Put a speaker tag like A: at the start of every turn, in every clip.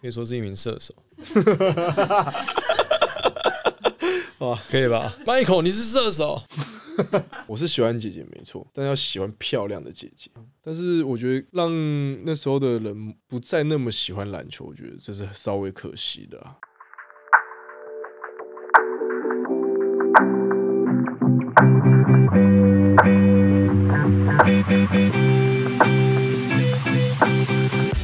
A: 可以说是一名射 手。哇，可以吧？Michael，你是射手，
B: 我是喜欢姐姐没错，但要喜欢漂亮的姐姐。但是我觉得让那时候的人不再那么喜欢篮球，我觉得这是稍微可惜的、啊。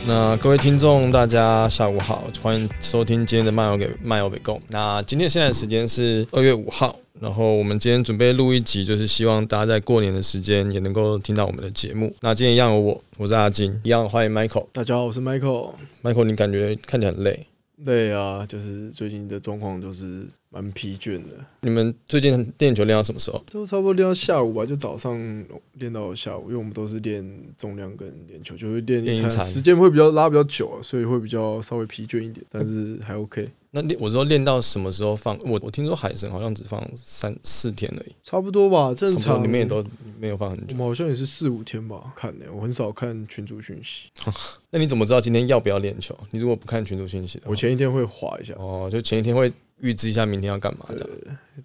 A: 那各位听众，大家下午好，欢迎收听今天的漫游给漫游北贡。那今天现在的时间是二月五号，然后我们今天准备录一集，就是希望大家在过年的时间也能够听到我们的节目。那今天一样有我，我是阿金，一样欢迎 Michael。
B: 大家好，我是 Michael。
A: Michael，你感觉看起来很累，
B: 对啊，就是最近的状况就是蛮疲倦的，
A: 你们最近练球练到什么时候？
B: 都差不多练到下午吧，就早上练到下午，因为我们都是练重量跟练球，就会练一
A: 练一
B: 餐，
A: 餐
B: 时间会比较拉比较久、啊，所以会比较稍微疲倦一点，但
A: 嗯
B: 是还 OK，
A: 那练我说练到什么时候放？我我听说海神好像只放三四天而已，
B: 差不多吧，正
A: 差不
B: 常。
A: 多你们也都没有放很
B: 我
A: 久。
B: 们好像也是四五天吧，看呢、我很少看群主讯息，
A: 那你怎么知道今天要不要练球？你如果不看群组信息的话，
B: 我前一天会划一下，
A: 哦，就前一天会预知一下明天要干嘛的。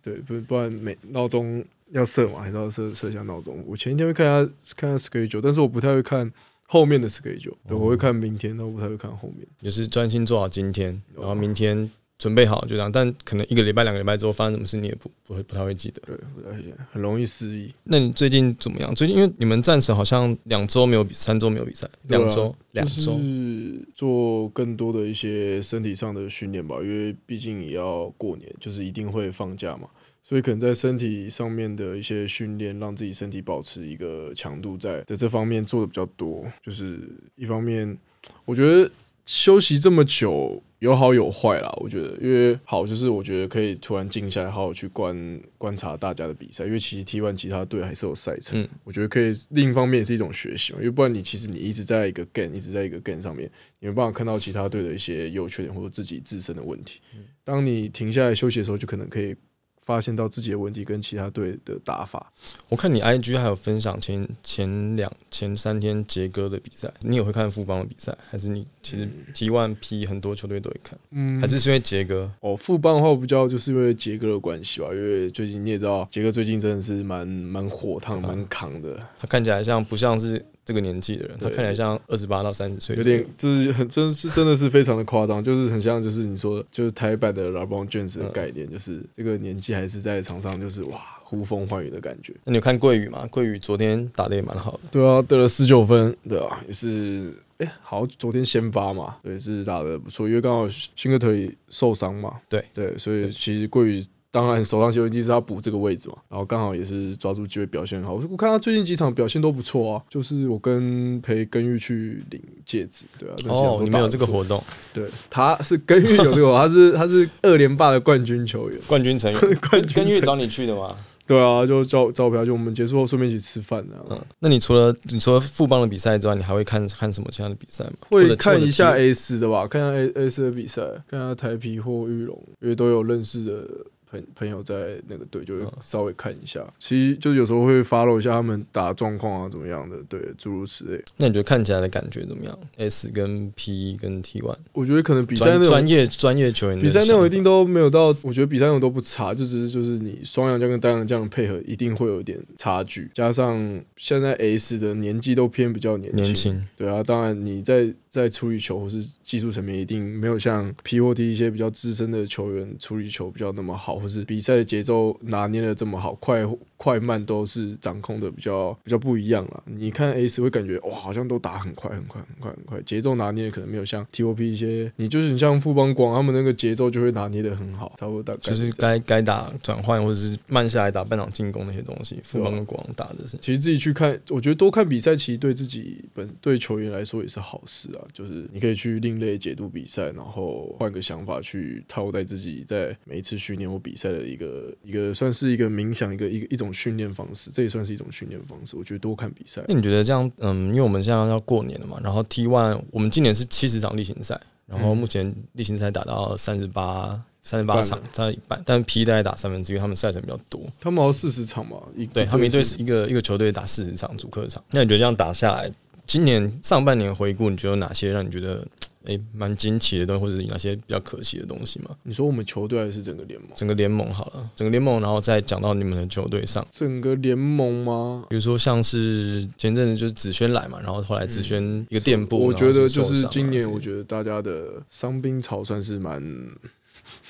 B: 对，不不然每闹钟要设嘛，还是要设设一下闹钟。我前一天会看一下看一下 schedule，但是我不太会看后面的 schedule，对，我会看明天，但我不太会看后面。
A: 就是专心做好今天，
B: 哦
A: 然后明天准备好就这样。但可能一个礼拜、两个礼拜之后发生什么事，你也不不会不太会记得。
B: 对，不太会很容易失忆。
A: 那你最近怎么样？最近因为你们暂时好像两周没有比，三周没有比赛，
B: 对啊
A: 两周、两
B: 就
A: 周。
B: 是做更多的一些身体上的训练吧，因为毕竟也要过年，就是一定会放假嘛，所以可能在身体上面的一些训练，让自己身体保持一个强度在，在这方面做的比较多。就是一方面，我觉得休息这么久。有好有坏啦，我觉得，因为好就是我觉得可以突然静下来，好好去观观察大家的比赛，因为其实 T1 其他队还是有赛程，
A: 嗯
B: 我觉得可以另一方面也是一种学习嘛，因为不然你其实你一直在一个 game，一直在一个 game 上面，你没办法看到其他队的一些优缺点或者自己自身的问题。当你停下来休息的时候，就可能可以发现到自己的问题跟其他队的打法。
A: 我看你 IG 还有分享前前两前三天杰哥的比赛，你也会看富邦的比赛，还是你其实 T One P 很多球队都会看，
B: 嗯
A: 还是是因为杰哥？
B: 哦，副帮的话，我比较就是因为杰哥的关系吧，因为最近你也知道，杰哥最近真的是蛮蛮火烫、
A: 啊
B: 蛮扛的，
A: 他看起来像不像是这个年纪的人？他
B: 对
A: 看起来像二十八到三十岁，
B: 有点就是很真是真的是非常的夸张，就是很像就是你说就是台版的 LeBron James 的概念，就是这个年纪还是在场上就是哇呼风唤雨的感觉。
A: 那你有看桂宇吗？桂宇昨天打的也蛮好的，
B: 对啊，得了十九分，对啊，也是，哎、好，昨天先发嘛，对，是打的不错，因为刚好辛格特里受伤嘛，
A: 对
B: 对，所以其实桂宇当然手上球一是他补这个位置嘛，然后刚好也是抓住机会表现很好，我我看他最近几场表现都不错啊，就是我跟陪根玉去领戒指，对啊，这几场都
A: 哦，你们有这个
B: 打得
A: 活
B: 不错，
A: 动，
B: 对，他是根玉有这个活，他是他是二连霸的冠军 球员，
A: 冠军成员，
B: 冠军
A: 跟
B: 成
A: 月
B: 员
A: 找你去的嘛？
B: 对啊，就招招嫖，就我们结束后顺便一起吃饭的、啊，
A: 嗯，那你除了你除了富邦的比赛之外，你还会看看什么其他的比赛吗？或
B: 会
A: 者
B: 看一下
A: 或者
B: A 四的吧，看一下 A A 四的比赛，看一下台皮或玉龙，因为都有认识的朋朋友在那个队，就会
A: 嗯
B: 稍微看一下。其实就有时候会 follow 一下他们打状况啊，怎么样的，对，诸如此类。
A: 那你觉得看起来的感觉怎么样？S 跟 P 跟 T one
B: 我觉得可能比赛
A: 专
B: 那
A: 专
B: 种
A: 业专业球员的
B: 比赛那种一
A: 想法
B: 定都没有到，我觉得比赛那种都不差，就只是就是你双阳将跟单阳将的配合一定会有一点差距，加上现在 A 四的年纪都偏比较年
A: 年
B: 轻，
A: 轻，
B: 对啊，当然你在在处理球或是技术层面，一定没有像 P 或 T 一些比较资深的球员处理球比较那么好，或是比赛的节奏拿捏的这么好，快快慢都是掌控的比较比较不一样了。你看 A 四会感觉哇，好像都打很快很快很快很快，节奏拿捏的可能没有像 T O P 一些，你就是你像富邦广他们那个节奏就会拿捏的很好，差不多大概
A: 就是
B: 这样。
A: 该该打转换或者是慢下来打半场进攻那些东西，富邦
B: 对啊
A: 跟国王打的是。
B: 其实自己去看，我觉得多看比赛，其实对自己本对球员来说也是好事啊。就是你可以去另类解读比赛，然后换个想法去套在自己在每一次训练或比赛的一个一个算是一个冥想，一个一个一种训练方式，这也算是一种训练方式。我觉得多看比赛，
A: 那你觉得这样，嗯，因为我们现在要过年了嘛，然后 T one 我们今年是七十场例行赛，然后目前例行赛打到三十八。三十八
B: 半了
A: 场，差一半，但 P 大概打三分之一，因为他们赛程比较多，
B: 他们好像四十场嘛，一
A: 对他们一队
B: 哦是
A: 是一个一个球队打四十场主客场。那你觉得这样打下来，今年上半年回顾，你觉得有哪些让你觉得，哎、诶蛮惊奇的东西，或者是哪些比较可惜的东西嘛？
B: 你说我们球队还是整个联盟？
A: 整个联盟好了，整个联盟，然后再讲到你们的球队上，
B: 整个联盟吗？
A: 比如说像是前阵子就是子轩来嘛，然后后来子轩一个垫步，
B: 我
A: 然
B: 觉
A: 后
B: 得
A: 受
B: 就
A: 伤
B: 是
A: 啊
B: 今
A: 之
B: 年，
A: 类
B: 我
A: 的
B: 觉得大家的伤兵潮算是蛮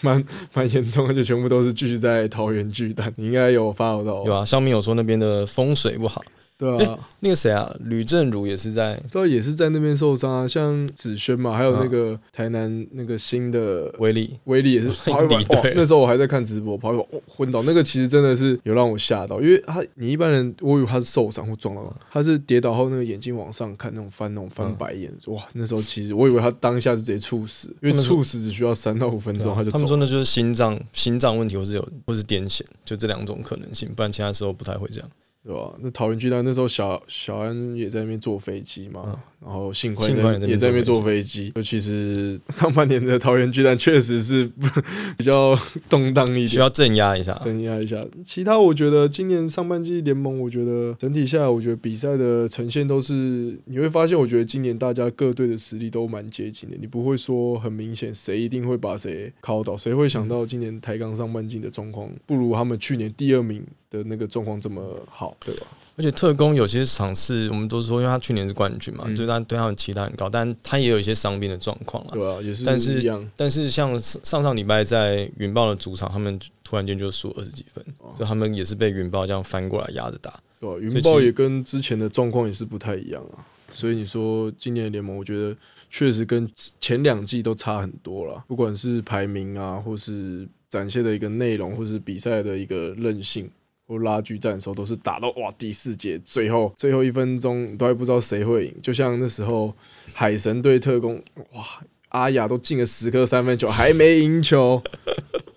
B: 蛮蛮严重，而且全部都是继续在桃园巨蛋。你应该有发到到，
A: 有啊，香明有说那边的风水不好，
B: 对啊，
A: 那个谁啊，吕正儒也是在
B: 对啊，也是在那边受伤啊，像子轩嘛，还有那
A: 嗯
B: 个台南那个新的
A: 威力，
B: 威力 也是跑一跑，
A: 离队
B: 哇那时候我还在看直播，跑一跑、哦、昏倒，那个其实真的是有让我吓到，因为他你一般人，我以为他是受伤或撞到，他是跌倒后那个眼睛往上看，那种翻那种翻白眼，哇，那时候其实我以为他当下就直接猝死，因为
A: 他们说啊
B: 猝死只需要三到五分钟他就
A: 他们
B: 走
A: 说
B: 了。
A: 那就是心脏心脏问题，或是有或是癫痫，就这两种可能性，不然其他时候不太会这样。
B: 对吧？那桃园巨蛋那时候小小安也在那边坐飞机嘛，
A: 嗯
B: 然后幸亏
A: 幸
B: 在
A: 亏也在那边
B: 也在那边
A: 坐
B: 坐飞机。就其实上半年的桃园巨蛋确实是 比较动荡一点，
A: 需要镇压一下。
B: 增压一下。其他我觉得今年上半季联盟，我觉得整体下来，我觉得比赛的呈现都是你会发现，我觉得今年大家各队的实力都蛮接近的，你不会说很明显谁一定会把谁敲倒，谁会想到今年台钢上半季的状况不如他们去年第二名的那个状况这么好，对吧？
A: 而且特工有些场次，我们都说，因为他去年是冠军嘛，
B: 嗯
A: 就是他对他们期待很高，但他也有一些伤病的状况啦。
B: 对啊，也是
A: 但是
B: 一样，
A: 但是像上上上礼拜在云豹的主场，他们突然间就输二十几分，
B: 哦
A: 所以他们也是被云豹这样翻过来压着打。
B: 对吧、啊
A: 所
B: 云
A: 以其
B: 豹
A: 实
B: 也跟之前的状况也是不太一样啊。所以你说今年的联盟，我觉得确实跟前两季都差很多了，不管是排名啊，或是展现的一个内容，或是比赛的一个韧性，或拉锯战的时候，都是打到哇第四节最后最后一分钟，你都还不知道谁会赢。就像那时候海神对特工，哇，阿雅都进了十颗三分球，还没赢球，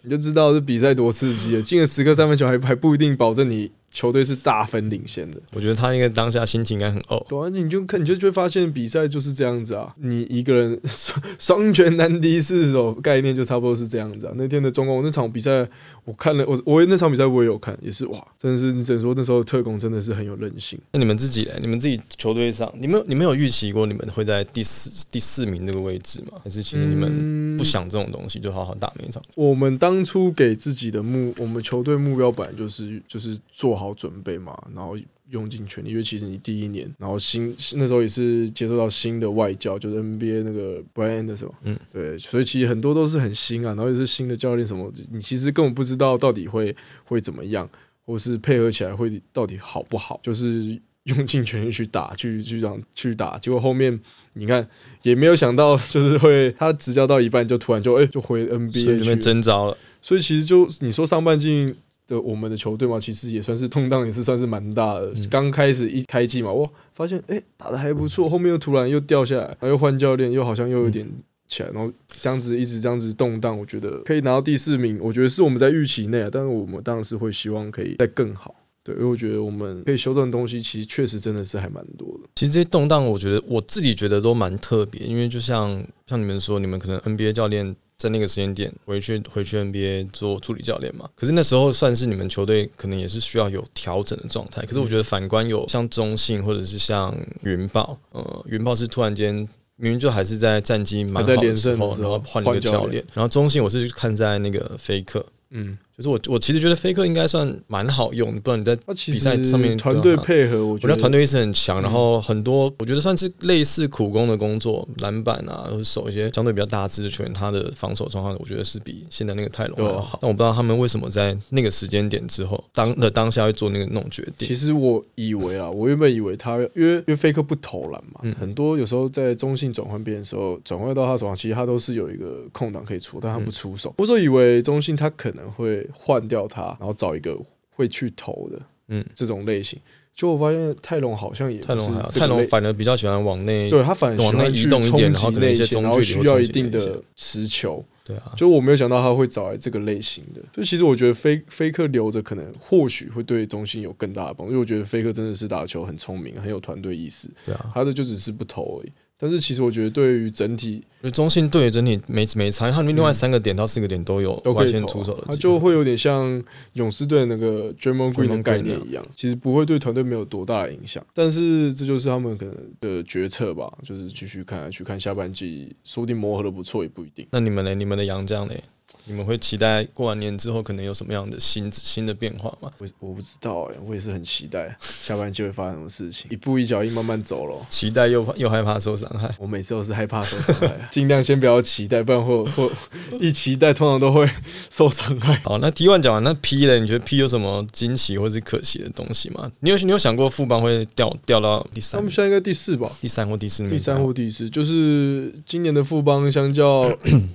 B: 你就知道这比赛多刺激啊了。进了十颗三分球还还不一定保证你球队是大分领先的。
A: 我觉得他应该当下心情应该很哦呕。
B: 对啊，你就看，你就就会发现比赛就是这样子啊，你一个人 双双拳难敌四手，概念就差不多是这样子啊。那天的状况，我那场比赛我看了，我我那场比赛我也有看，也是哇，真的是你只能说那时候特工真的是很有韧性。
A: 那你们自己嘞，你们自己球队上，你们你们有预期过你们会在第四第四名这个位置吗？还是其实你们
B: 嗯
A: 不想这种东西，就好好打每一场？
B: 我们当初给自己的目，我们球队目标本来就是就是做好准备嘛，然后用尽全力，因为其实你第一年，然后新那时候也是接受到新的外教，就是 NBA 那个 Brian 的什么，
A: 嗯，
B: 对，所以其实很多都是很新啊，然后也是新的教练什么，你其实根本不知道到底会会怎么样，或是配合起来会到底好不好，就是用尽全力去打，去去让去打，结果后面你看也没有想到，就是会他执教到一半就突然就哎、就回
A: 所以
B: NBA
A: 你
B: 去了
A: 们征招了，
B: 所以其实就你说上半季的我们的球队嘛，其实也算是动荡，也是算是蛮大的。
A: 嗯
B: 刚、开始一开季嘛，哇，发现哎、诶打的还不错，后面又突然又掉下来，然后又换教练，又好像又有点。起来，
A: 嗯
B: 然后这样子一直这样子动荡，我觉得可以拿到第四名，我觉得是我们在预期内啊。但是我们当然是会希望可以再更好，对，因为我觉得我们可以修正的东西，其实确实真的是还蛮多的。
A: 其实这些动荡，我觉得我自己觉得都蛮特别，因为就像像你们说，你们可能 NBA 教练在那个时间点回去回去 NBA 做助理教练嘛，可是那时候算是你们球队可能也是需要有调整的状态。可是我觉得反观有像中信或者是像云豹，呃，云豹是突然间。明明就还是在战绩蛮好
B: 还在连
A: 的时
B: 胜的
A: 候，
B: 时
A: 然
B: 候
A: 后换了一个
B: 换教
A: 教
B: 练
A: 练，然后中信我是看在那个菲克，
B: 嗯，
A: 就是我我其实觉得菲克应该算蛮好用，不然你在
B: 那其
A: 比赛
B: 实
A: 上面
B: 团
A: 对
B: 队
A: 啊
B: 配合，我
A: 我觉
B: 觉
A: 得
B: 得
A: 团队意识很强，
B: 嗯
A: 然后很多我觉得算是类似苦工的工作，篮板啊，或者守一些相对比较大只的球员，他的防守状况，我觉得是比现在那个泰隆还要
B: 对啊
A: 好。但我不知道他们为什么在那个时间点之后，当的当下会做那个那种决定
B: 其。实我以为啊， 我原本以为他，因为因为飞科不投篮嘛，
A: 嗯
B: 很多有时候在中性转换边的时候，转换到他手上，其实他都是有一个空档可以出，但他
A: 嗯
B: 不出手。我所以为中性他可能会换掉他，然后找一个会去投的，
A: 嗯，
B: 这种类型。结果我发现泰隆好像也不
A: 泰隆
B: 是
A: 还好，
B: 这
A: 泰
B: 个
A: 隆
B: 类
A: 反而比较喜欢往内，
B: 对他啊反而喜
A: 往内
B: 欢
A: 移
B: 去
A: 动一点然后可
B: 冲
A: 能
B: 击
A: 一
B: 内
A: 些
B: 线，
A: 中
B: 然后
A: 距离
B: 需
A: 或
B: 要
A: 冲
B: 一
A: 击内
B: 定
A: 线
B: 的持球。
A: 对啊，
B: 就我没有想到他会找来这个类型的。就其实我觉得菲菲克留着可能或许会对中信有更大的帮助，因为我觉得菲克真的是打球很聪明，很有团队意识，
A: 对啊，
B: 他的就只是不投而已。但是其实我觉得对于整体
A: 因为中信对于整体没没差，因为他们另外
B: 嗯
A: 三个点到四个点都有
B: 都可
A: 外
B: 以
A: 线
B: 投
A: 出手的机
B: 它
A: 会，
B: 就会有点像勇士队那个 d r a m o n Green
A: Draymond
B: 的
A: Green 啊
B: 概念一样，其实不会对团队没有多大的影响，但是这就是他们可能的决策吧，就是继续看去看下半季，说不定磨合的不错也不一定。
A: 那你们嘞？你们的杨将嘞？你们会期待过完年之后可能有什么样的新新的变化吗？
B: 我我不知道哎、我也是很期待下半季会发生什么事情，一步一脚印慢慢走咯。
A: 期待又怕又害怕受伤害，
B: 我每次都是害怕受伤害， 尽量先不要期待，不然或或一期待通常都会受伤害。
A: 好，那 T one 讲完，那 P 嘞？你觉得 P 有什么惊喜或是可惜的东西吗？你有你有想过副帮会掉掉到第
B: 他
A: 三
B: 们、现在应该第四吧？
A: 第三或第四名？
B: 第三或第四，就是今年的富邦相较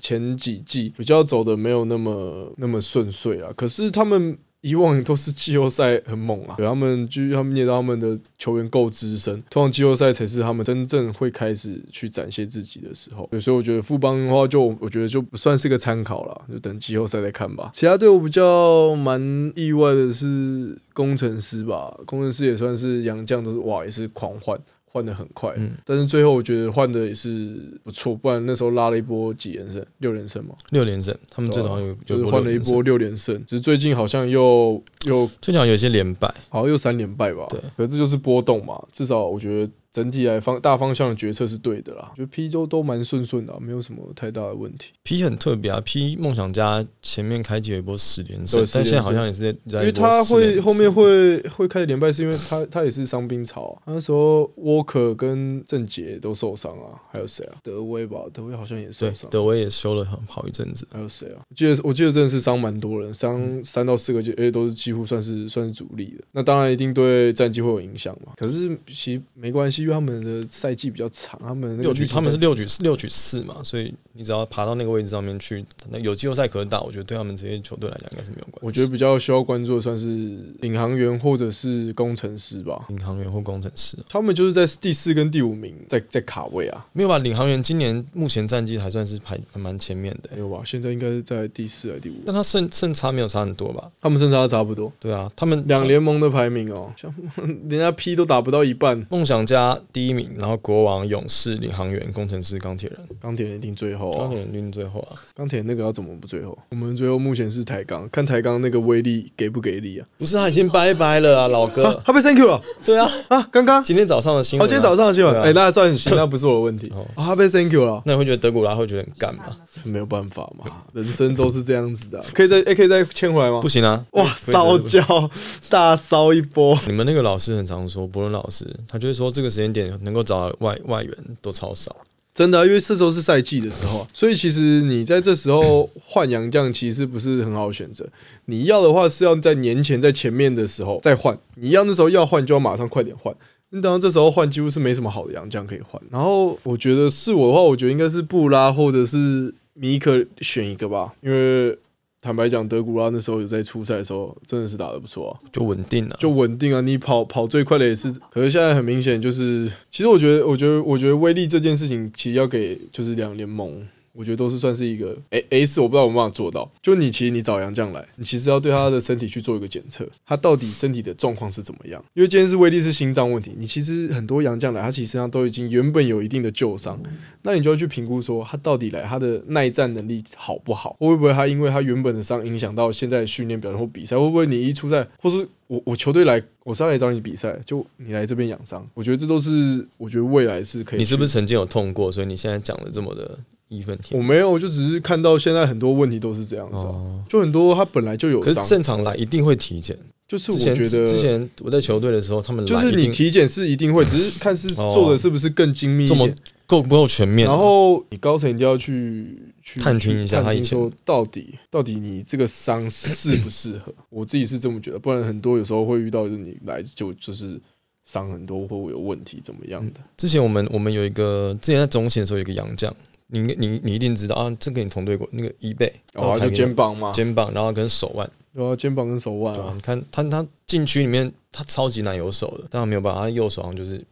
B: 前几季比较走的没有那么那么顺遂啊，可是他们。以往都是季后赛很猛啊，对他们据他们也知道他们的球员够资深，通常季后赛才是他们真正会开始去展现自己的时候。对，所以我觉得富邦的话就，我觉得就不算是个参考了，就等季后赛再看吧。其他队伍比较蛮意外的是工程师吧，工程师也算是洋将，都是哇也是狂换，换的很快，
A: 嗯
B: 但是最后我觉得换的也是不错，不然那时候拉了一波几连胜，六连胜嘛，
A: 六连胜，他们最早有、
B: 啊就是
A: 有
B: 换了一
A: 六连胜
B: 波，六连胜，只是最近好像又又
A: 最早有一些连败，
B: 好像又三连败吧，
A: 对，
B: 可是这就是波动嘛，至少我觉得整体来方大方向的决策是对的啦，我觉得 P 都都蛮顺顺的啊、没有什么太大的问题，
A: P 很特别啊，P 梦想家前面开启有一波十连胜
B: 对，十
A: 但
B: 连
A: 现在好
B: 胜
A: 像也是在，
B: 因为他会后面会会开始连败，是因为他他也是伤兵潮、啊，那时候沃克跟郑杰都受伤啊，还有谁啊？德威吧，德威好像也受
A: 对
B: 伤，
A: 德威也休了很好一阵子，
B: 还有谁啊？我记得我记得真的是伤蛮多人，
A: 嗯
B: 伤三到四个就，而且都是几乎算是算是主力的。那当然一定对战绩会有影响嘛。可是其实没关系，因为他们的赛季比较长，他们那个
A: 六局
B: 例行赛
A: 他们是六局六局四嘛，所以你只要爬到那个位置上面去，那有季后赛可打，我觉得对他们这些球队来讲应该是没有关系。
B: 我觉得比较需要关注的算是领航员或者是工程师吧。
A: 领航员或工程师啊
B: 他们就是在第四跟第五名在在卡位啊，
A: 没有吧？领航员今年目前战绩还算是排还蛮前面的、
B: 没有吧？哎现在应该是在第四还是第五？
A: 但他胜胜差没有差很多吧？
B: 他们甚至还差不多，
A: 对啊，他们
B: 两联盟的排名哦，像 人家 P 都打不到一半，
A: 梦想家第一名，然后国王、勇士、领航员、工程师、钢铁人，
B: 钢铁人一定最后、啊。
A: 钢铁人拎最后啊，
B: 钢铁那个要怎么不最后？我们最后目前是抬杠，看抬杠那个威力给不给力啊？
A: 不是他已经拜拜了啊，老 哥。
B: 他被 thank you 了
A: 对啊，
B: 啊！刚刚
A: 今天早上的新
B: 哦，
A: 闻、
B: 今天早。上的新闻，
A: 对啊
B: 哎，那算很 行，那不是我的问题。
A: 哦
B: 哦，他被 thank you 了，
A: 那你会觉得德古拉会觉得很干吗？
B: 是没有办法嘛，人生都是这样子的啊。 可以再，哎，可以再牵回来吗
A: 不？行啊！
B: 哇，
A: 可以
B: 烧
A: 可以
B: 焦，大烧一波。
A: 你们那个老师很常说，伯伦老师，他就是说这个时间点能够找到外外援都超少。
B: 真的啊、因为这时候是赛季的时候啊，所以其实你在这时候换洋将其实不是很好的选择。你要的话是要在年前在前面的时候再换，你要那时候要换就要马上快点换。你等到这时候换，几乎是没什么好的洋将可以换。然后我觉得是我的话，我觉得应该是布拉或者是米可选一个吧，因为坦白讲，德古拉那时候有在初赛的时候真的是打得不错啊。
A: 就稳定了、
B: 就稳定啊，你跑跑最快的也是，可是现在很明显就是，其实我觉得，我觉得，我觉得威力这件事情，其实要给就是两联盟，我觉得都是算是一个 A A 四，我不知道有没有办法做到。就你其实你找杨绛来，你其实要对他的身体去做一个检测，他到底身体的状况是怎么样？因为今天是威力是心脏问题，你其实很多杨绛来，他其实身上都已经原本有一定的旧伤，那你就要去评估说他到底来他的耐战能力好不好，会不会他因为他原本的伤影响到现在的训练表现或比赛，会不会你一出赛，或是我我球队来我是要来找你比赛，就你来这边养伤，我觉得这都是我觉得未来是可以。
A: 你是不是？曾经有痛过，所以你现在讲的这么的义愤填
B: 我没有，我就只是看到现在很多问题都是这样子啊、
A: 哦？
B: 就很多他本来就有
A: 可是
B: 伤，
A: 正常来一定会体检。
B: 就是
A: 之
B: 我
A: 前
B: 觉得
A: 之前我在球队的时候，他们来
B: 就是
A: 一
B: 你
A: 定
B: 体检是一定会，只 是看是
A: 哦
B: 做的是不是更精密一
A: 这
B: 点。
A: 么够不够全面啊、
B: 然后你高层一定要去去
A: 探听一下
B: 去
A: 他以
B: 探听
A: 前
B: 说到底到底你这个伤适不适 合？我自己是这么觉得，不然很多有时候会遇到就是你来就就是伤很多或有问题怎么样的。
A: 之前我们我们有一个之前在中线的时候有一个洋将，你你你一定知道啊，这跟你同队过那个伊贝，
B: 然后哦就肩
A: 膀
B: 膀嘛，
A: 肩膀，然后跟手腕，
B: 然后肩膀跟手腕
A: 对啊，
B: 啊，
A: 你看他他禁区里面他超级难有手的，但他没有办法，他右手好像就是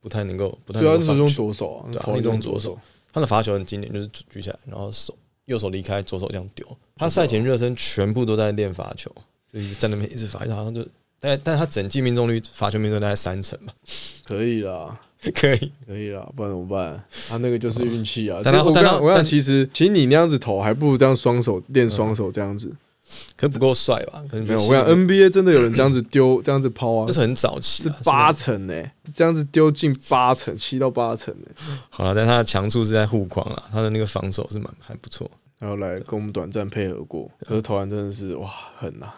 A: 不太能够，不太
B: 所以
A: 能
B: 他
A: 够
B: 那时候
A: 放
B: 用
A: 球
B: 左手啊，
A: 对啊
B: 投了
A: 那
B: 一
A: 种
B: 种
A: 左
B: 手。
A: 他的罚球很经典，就是举起来，然后手右手离开，左手这样丢。他赛前热身全部都在练罚球，就一直在那边一直罚，然后就但但他整季命中率罚球命中率大概三成吧，
B: 可以啦，
A: 可以，
B: 可以啦，不然怎么办？他那个就是运气啊。
A: 但
B: 这
A: 他
B: 我
A: 但
B: 刚
A: 他
B: 我刚
A: 但
B: 其实其实你那样子投，还不如这样双手练双手这样子。
A: 嗯可是不够帅吧？可能
B: 没有，我跟你讲 NBA 真的有人这样子丢，这样子抛啊
A: 那，是很早期
B: 是
A: 啊，
B: 八
A: 是
B: 成呢、这样子丢进八成，七到八成欸呢、
A: 吧好了，但他的强处是在护框啊，他的那个防守是蛮还不错，
B: 然后来跟我们短暂配合过，
A: 嗯
B: 可是投篮真的是哇，狠呐、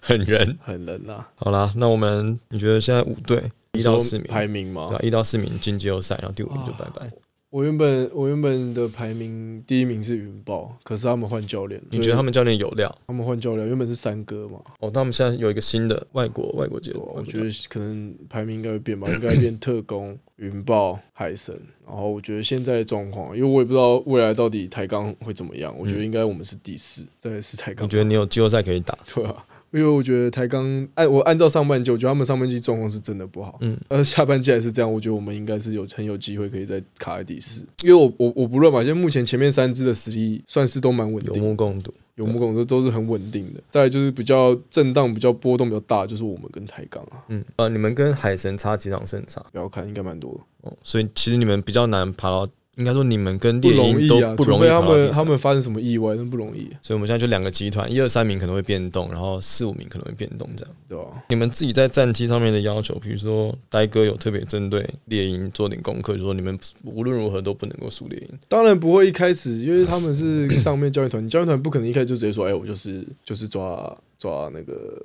A: 很人。
B: 狠人呐、啊！
A: 好啦，那我们你觉得现在五队一到四名，
B: 排啊名吗
A: 对啊？一到四名进季后赛，然后第五名就拜拜。
B: 我原本我原本的排名第一名是云豹，可是他们换教练了，
A: 你觉得他
B: 们
A: 们教练有料？
B: 他们换教练原本是三哥嘛？
A: 哦，那我们现在有一个新的外国外国教练，
B: 对
A: 外
B: 吧我
A: 国
B: 觉
A: 教
B: 得
A: 练
B: 可能排名应该会变吧，应该变特工、 云豹、海神。然后我觉得现在的状况，因为我也不知道未来到底台钢会怎么样，我觉得应该我们是第四，再是台钢
A: 嗯你。觉得你有季后赛可以打？
B: 对啊，因为我觉得台钢按我按照上半季，我觉得他们上半季状况是真的不好，
A: 嗯，
B: 呃，下半季还是这样，我觉得我们应该是有很有机会可以再卡在第四，因为我我我不论嘛，现在目前前面三支的实力算是都蛮稳
A: 有
B: 定，
A: 目共睹。
B: 有目共睹都是很稳定的。再来就是比较震荡、比较波动比较大，就是我们跟台钢啊，
A: 嗯，呃，你们跟海神差几场胜差
B: 不要看应该蛮多的，
A: 哦，所以其实你们比较难爬到，应该说你们跟
B: 不
A: 猎
B: 容
A: 鹰
B: 易
A: 都
B: 啊，
A: 不
B: 除
A: 容
B: 非
A: 易
B: 他
A: 爬到第
B: 们
A: 三
B: 他们发生什么意外，真不容易，
A: 所以我们现在就两个集团，一二三名可能会变动，然后四五名可能会变动这样。
B: 对吧？
A: 你们自己在战绩上面的要求，比如说呆哥有特别针对猎鹰做点功课，就说你们无论如何都不能够输猎鹰。
B: 当然不会一开始，因为他们是上面教练团，你教练团不可能一开始就直接说，哎、我就是就是抓抓那个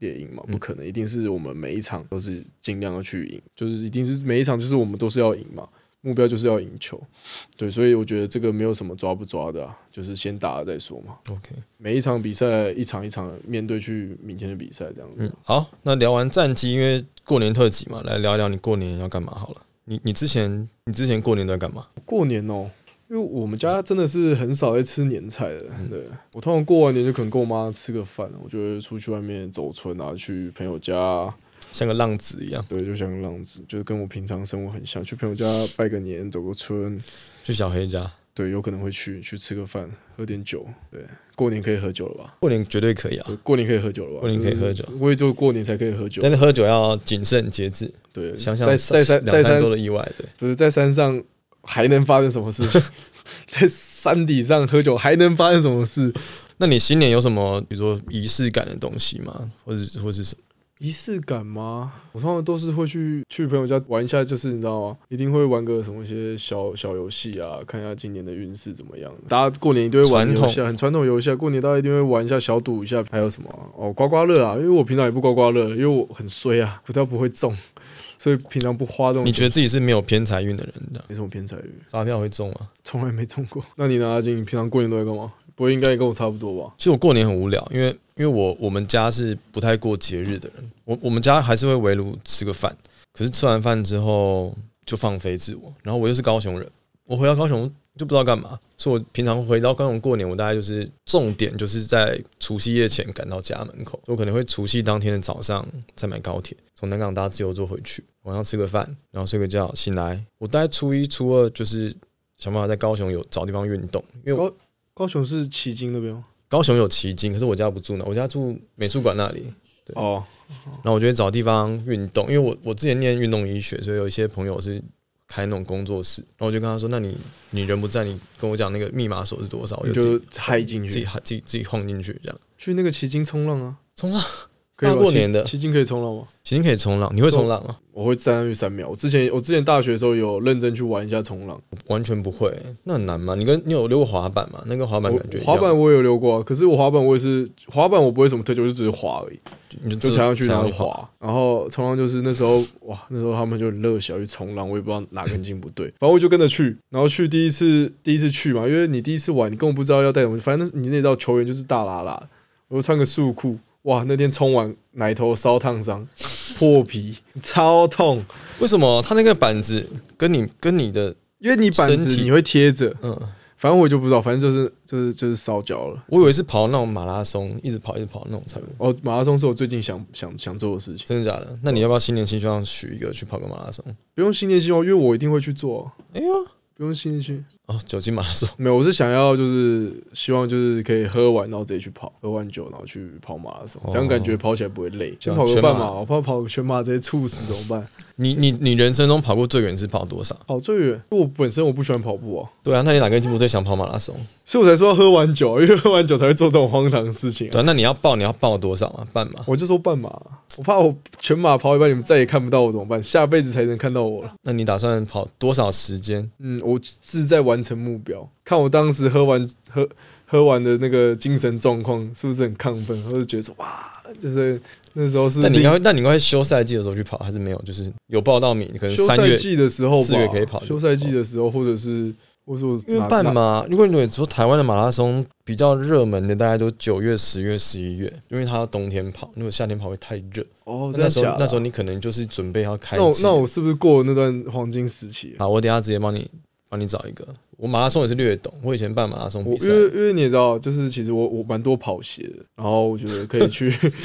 B: 猎鹰
A: 嗯
B: 嘛，不可能，一定是我们每一场都是尽量要去赢，就是一定是每一场就是我们都是要赢嘛，目标就是要赢球，对，所以我觉得这个没有什么抓不抓的、啊，就是先打了再说嘛。
A: OK，
B: 每一场比赛一场一场面对去明天的比赛这样子。
A: 嗯，好，那聊完战绩，因为过年特辑嘛，来聊一聊你过年要干嘛好了。你你之前你之前过年都在干嘛？
B: 过年哦、因为我们家真的是很少在吃年菜的。
A: 嗯
B: 对我通常过完年就可能跟我妈吃个饭，我就会出去外面走村啊，去朋友家，
A: 像个浪子一样
B: 对，就像浪子，就是跟我平常生活很像，去朋友家拜个年，走个村，
A: 去小黑家，
B: 对，有可能会去去吃个饭，喝点酒。对，过年可以喝酒了吧？
A: 过年绝对可以啊，
B: 对过年可以喝酒了吧？
A: 过年可以喝酒
B: 就是我也就过年才可以喝酒。
A: 但是喝酒要谨慎节制，
B: 对，
A: 想想
B: 在在
A: 三
B: 山
A: 两
B: 在
A: 三
B: 山
A: 周的意外，对，
B: 不是在山上还能发生什么事 情？在山底上喝酒还能发生什么事？
A: 那你新年有什么，比如说仪式感的东西吗？或者或是什么？
B: 仪式感吗？我通常都是会去去朋友家玩一下，就是你知道吗？一定会玩个什么一些小小游戏啊，看一下今年的运势怎么样。大家过年一定会玩游戏、啊，很传统游戏啊。过年大家一定会玩一下小赌一下，还有什么啊、哦刮刮乐啊？因为我平常也不刮刮乐，因为我很衰啊，我都不会中，所以平常不花这种
A: 你
B: 钱。
A: 觉得自己是没有偏财运的人的，
B: 没什么偏财运，
A: 发票会中吗？
B: 从来没中过。那你呢，阿金？你平常过年都在干嘛？不会应该也跟我差不多吧？
A: 其实我过年很无聊，因为因为我我们家是不太过节日的人，我我们家还是会围炉吃个饭，可是吃完饭之后就放飞自我，然后我又是高雄人，我回到高雄就不知道干嘛，所以我平常回到高雄过年，我大概就是重点就是在除夕夜前赶到家门口，我可能会除夕当天的早上再买高铁，从南港搭自由坐回去，晚上吃个饭，然后睡个觉，醒来我大概初一初二就是想办法在高雄有找地方运动，因为我
B: 高高雄是旗津那边吗？
A: 高雄有奇经，可是我家不住那，我家住美术馆那里。
B: 哦，
A: 然后我就会找地方运动，因为我我之前念运动医学，所以有一些朋友是开那种工作室，然后我就跟他说：“那你你人不在，你跟我讲那个密码锁是多少，我
B: 你
A: 就自
B: 就
A: 己
B: 嗨进
A: 自己
B: 去，
A: 自己自己晃进去这样。
B: 去那个旗津冲浪啊。”
A: 冲浪，
B: 可以
A: 大
B: 吧
A: 过年的
B: 旗旗津可以冲浪吗？
A: 其实你可以冲浪，你会冲浪吗？
B: 我会站上去三秒。我之前我之前大学的时候有认真去玩一下冲浪，
A: 完全不会，那很难吗？你跟你有溜过滑板吗？那跟滑板
B: 我
A: 感觉一样
B: 滑板我也有溜过、啊，可是我滑板我也是滑板我不会什么特技，我就只是滑而已，
A: 你就
B: 就踩上去然
A: 然
B: 后
A: 后
B: 滑。然后冲浪就是那时候哇，那时候他们就很热血要去冲浪，我也不知道哪根筋不对，反正我就跟着去。然后去第一次第一次去嘛，因为你第一次玩，你根本不知道要带什么，反正你那知道球员就是大拉拉，我就穿个束裤。哇！那天冲完奶头烧烫伤， 破皮超痛，
A: 为什么他那个板子跟你跟你的
B: 因为你板
A: 身
B: 子
A: 体
B: 你会贴着，
A: 嗯，
B: 反正我就不知道，反正就是就是就是烧焦了。
A: 我以为是跑那种马拉松，一直跑一直跑那种才会。
B: 哦，马拉松是我最近想想想做的事情，
A: 真的假的？那你要不要新年新希望许一个去跑个马拉松？
B: 不用新年希望，因为我一定会去做啊、
A: 哎呀，
B: 不用新年希望，
A: 哦，酒精马拉松，
B: 没有，我是想要就是希望就是可以喝完，然后直接去跑，喝完酒然后去跑马拉松，这样感
A: 哦
B: 觉跑起来不会累。
A: 啊
B: 先跑个半马，我怕跑个全马直接猝死怎么办？
A: 你你你人生中跑过最远是跑多少？
B: 跑最远，因为我本身我不喜欢跑步啊，
A: 对啊，那你哪根筋不对想跑马拉松？
B: 所以我才说要喝完酒，啊因为喝完酒才会做这种荒唐的事情、啊。
A: 对啊，那你要报你要报多少啊？半马？
B: 我就说半马，啊我怕我全马跑一半，你们再也看不到我怎么办？下辈子才能看到我了。
A: 那你打算跑多少时间？
B: 嗯，我志在完成目标。看我当时喝完喝喝完的那个精神状况，是不是很亢奋？或者觉得说哇，就是那时候是
A: 那你
B: 另
A: 应该会那你应该会休赛季的时候去跑，还是没有？就是有报到名，你可能
B: 休
A: 三
B: 赛
A: 月。
B: 季的时候吧，
A: 四月可以跑
B: 休赛季的时候，或者是或者说
A: 因为半马，如果你说台湾的马拉松比较热门的，大概都九月、十月、十一月，因为它要冬天跑，如果夏天跑会太热。
B: 哦，这
A: 那
B: 样
A: 时
B: 假的
A: 候
B: 啊
A: 那时候你可能就是准备要开
B: 那我
A: 季
B: 那我是不是过了那段黄金时期啊了？
A: 好，我等一下直接帮你帮你找一个。我马拉松也是略懂，我以前办马拉松
B: 我
A: 比赛
B: 因，为因为你也知道，就是其实我我蛮多跑鞋的，然后我觉得可以去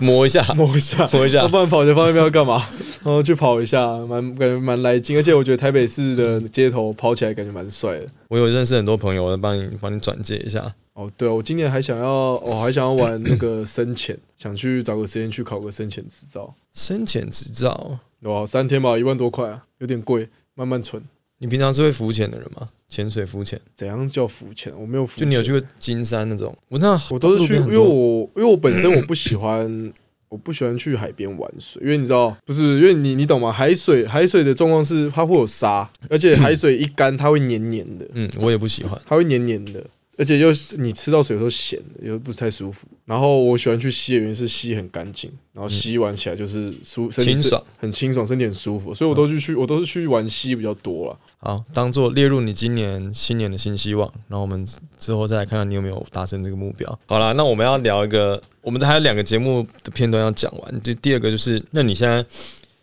A: 磨一下，
B: 摸一下，
A: 磨一
B: 要
A: 下。
B: 不然跑鞋放那边要干嘛？ 然后去跑一下，蛮感觉蛮来劲，而且我觉得台北市的街头跑起来感觉蛮帅的。
A: 我有认识很多朋友，我帮你帮你转介一下。
B: 哦，对啊，我今年还想要，我、还想要玩那个深潜，想去找个时间去考个深潜执照。
A: 深潜执照，
B: 哇，三天吧，一万多块啊，有点贵，慢慢存。
A: 你平常是会浮潜的人吗？潜水浮潜，
B: 怎样叫浮潜？我没有浮
A: 就
B: 潜，
A: 你有去过金山那种？我那
B: 我都是去，
A: 路边
B: 因
A: 很
B: 为
A: 多
B: 我因为我本身我不喜欢， 我不喜欢去海边玩水，因为你知道，不是因为你你懂吗？海水海水的状况是它会有沙，而 且海水一干它会黏黏的，
A: 嗯，我也不喜欢。
B: 它会黏黏的，而且又是你吃到水的时候咸的，又不太舒服。然后我喜欢去吸的原因是吸很干净，然后吸完起来就是舒身体
A: 嗯清
B: 是
A: 爽
B: 很清爽，身体很舒服，所以我都去去我都是去玩吸比较多了。
A: 好，当做列入你今年新年的新希望，然后我们之后再来看看你有没有达成这个目标。好啦，那我们要聊一个，我们还有两个节目的片段要讲完。就第二个就是，那你现在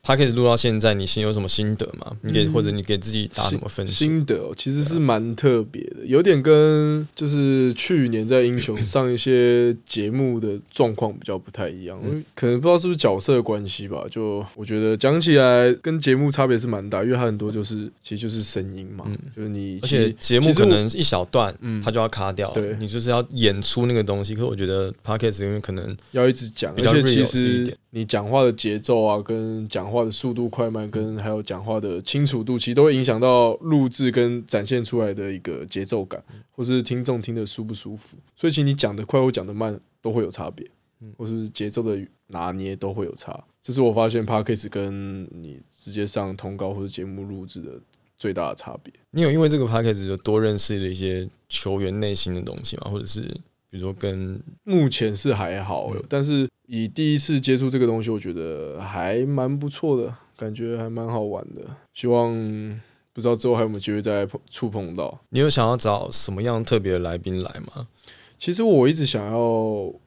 A: p a c k a g e 录到现在，你心有什么心得吗？你给、或者你给自己打什么分数？
B: 嗯心得、哦、其实是蛮特别的，有点跟就是去年在英雄上一些节目的状况比较不太一样，
A: 嗯
B: 可能不知道是不是角色关系吧。就我觉得讲起来跟节目差别是蛮大，因为它很多就是其实就是声音嘛，就是你
A: 嗯而且
B: 其
A: 节目
B: 其实
A: 可
B: 我
A: 能一小段，
B: 嗯
A: 它就要卡掉，
B: 对
A: 你就是要演出那个东西。可是我觉得 p a c k a g e 因为可能
B: 要一直讲，
A: 比较
B: 而且其
A: real 一
B: 实
A: 点
B: 你讲话的节奏啊，跟讲话的速度快慢，跟还有讲话的清楚度，其实都会影响到录制跟展现出来的一个节奏感，或是听众听得舒不舒服。所以，其实你讲的快或讲的慢都会有差别，
A: 嗯
B: 或是节奏的拿捏都会有差。这是我发现 p a c k a g e 跟你直接上通告或者节目录制的最大的差别。
A: 你有因为这个 p a c k a g e 就多认识了一些球员内心的东西吗？或者是比如说跟
B: 目前是还好，但是以第一次接触这个东西，我觉得还蛮不错的，感觉还蛮好玩的。希望不知道之后还有没有机会再碰触碰到。
A: 你有想要找什么样特别的来宾来吗？
B: 其实我一直想要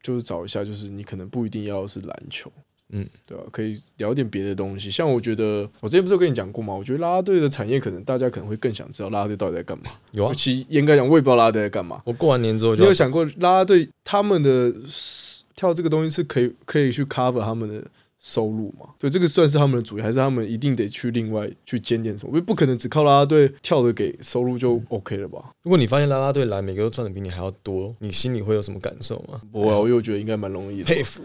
B: 就是找一下，就是你可能不一定要是篮球，
A: 嗯，
B: 对吧、可以聊点别的东西。像我觉得我之前不是有跟你讲过吗？我觉得啦啦队的产业可能大家可能会更想知道啦啦队到底在干嘛。
A: 有啊
B: 尤，其严格讲，我也不知道啦啦队在干嘛。
A: 我过完年之后
B: 你
A: 就
B: 有想过啦啦队他们的跳这个东西是可以可以去 cover 他们的收入吗？对，这个算是他们的主业，还是他们一定得去另外去兼点什么？因为不可能只靠啦啦队跳的给收入就 OK 了吧？
A: 如果你发现啦啦队来每个都赚的比你还要多，你心里会有什么感受吗？
B: 不会啊，我又觉得应该蛮容易的，
A: 佩服，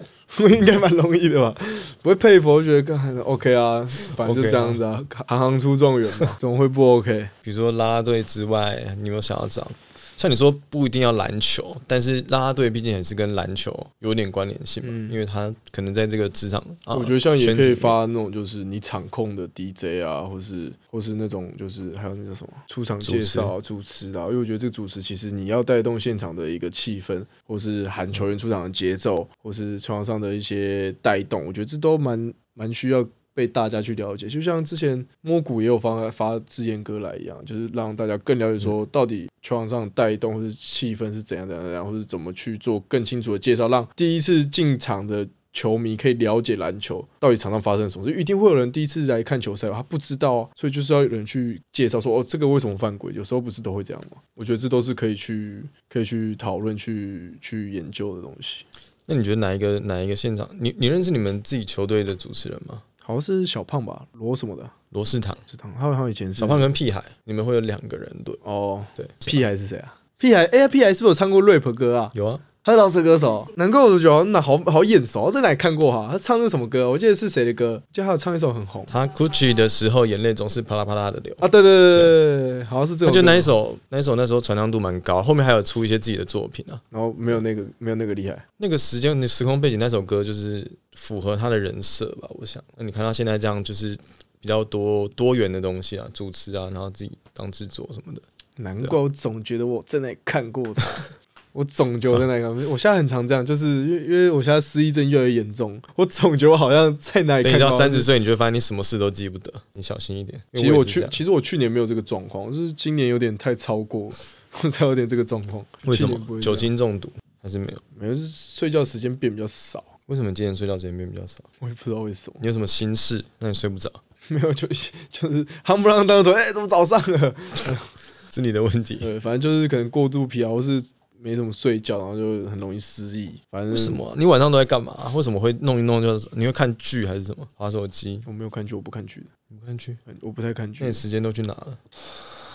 B: 应该蛮容易的吧？不会佩服，我觉得干 OK 啊，反正就
A: OK 啊
B: 这样子啊，行行出状元嘛， 怎么会不 OK？
A: 比如说啦啦队之外，你有没有想要找？像你说不一定要篮球，但是啦啦队毕竟也是跟篮球有点关联性嘛，
B: 嗯
A: 因为他可能在这个职场，啊
B: 我觉得像也可
A: 圈子里
B: 以发那种，就是你场控的 DJ 啊，或是或是那种就是还有那叫什么出场介绍、啊、主持的啊、因为我觉得这个主持其实你要带动现场的一个气氛，或是喊球员出场的节奏，或是球场上的一些带动，我觉得这都蛮蛮需要。被大家去了解，就像之前摸骨也有发发自言歌来一样，就是让大家更了解说到底球场上的带动或是气氛是怎样怎样怎样，或是怎么去做更清楚的介绍，让第一次进场的球迷可以了解篮球到底场上发生什么事。一定会有人第一次来看球赛吧，他不知道啊，所以就是要有人去介绍说，哦，这个为什么犯规？有时候不是都会这样吗？我觉得这都是可以去可以去讨论、去去研究的东西。
A: 那你觉得哪一个哪一个现场？你你认识你们自己球队的主持人吗？
B: 好像是小胖吧，罗什么的，
A: 罗世堂、
B: 是他，他好像以前是
A: 小胖跟屁孩，你们会有两个人对
B: 哦，
A: 对
B: 屁孩是谁啊？屁孩，哎、呀，屁孩是不是有唱过 rap 歌啊？
A: 有啊，
B: 他是饶舌歌手，难怪我就觉得好像哪好好眼熟，在哪里看过哈、他唱的什么歌？我记得是谁的歌？我记得他有唱一首很红
A: 他 Gucci 的时候眼泪总是啪啦啪啦的流。
B: 啊，对对对对对对，好像是这
A: 我
B: 种。
A: 觉得那一首那一首那时候传唱度蛮高，后面还有出一些自己的作品啊。
B: 然后没有那个没有那个厉害，
A: 那个时间、那时空背景，那首歌就是符合他的人设吧，我想。那你看他现在这样，就是比较多多元的东西啊，主持啊，然后自己当制作什么的。
B: 难怪我总觉得我在那里看过他。 我总觉得我在那里看过，我现在很常这样，就是因为因为我现在失忆症越来越严重，我总觉得我好像在哪里
A: 等
B: 哎看
A: 你
B: 过
A: 到
B: 他
A: 三十岁，你就会发现你什么事都记不得，你小心一点。因
B: 其
A: 为
B: 实我
A: 也是这
B: 去，
A: 样
B: 其实我去年没有这个状况，就是今年有点太超过，我才有点这个状况。
A: 为什
B: 去年不
A: 么
B: 会这
A: 酒
B: 样？
A: 精中毒还是没有？
B: 没有，就是睡觉时间变比较少，
A: 为什么今天睡觉时间变比较少？
B: 我也不知道为什么。
A: 你有什么心事？那你睡不着，
B: 没有，就就是夯不啷当的，哎、怎么早上了？
A: 是你的问题。
B: 对，反正就是可能过度疲劳，或是没怎么睡觉，然后就很容易失忆。反正
A: 为什？么啊、你晚上都在干嘛、为什么会弄一弄就是你会看剧还是什么？划手机？
B: 我没有看剧，我不看剧的，
A: 你不看剧？
B: 我不太看
A: 那
B: 剧
A: 你。时间都去哪了？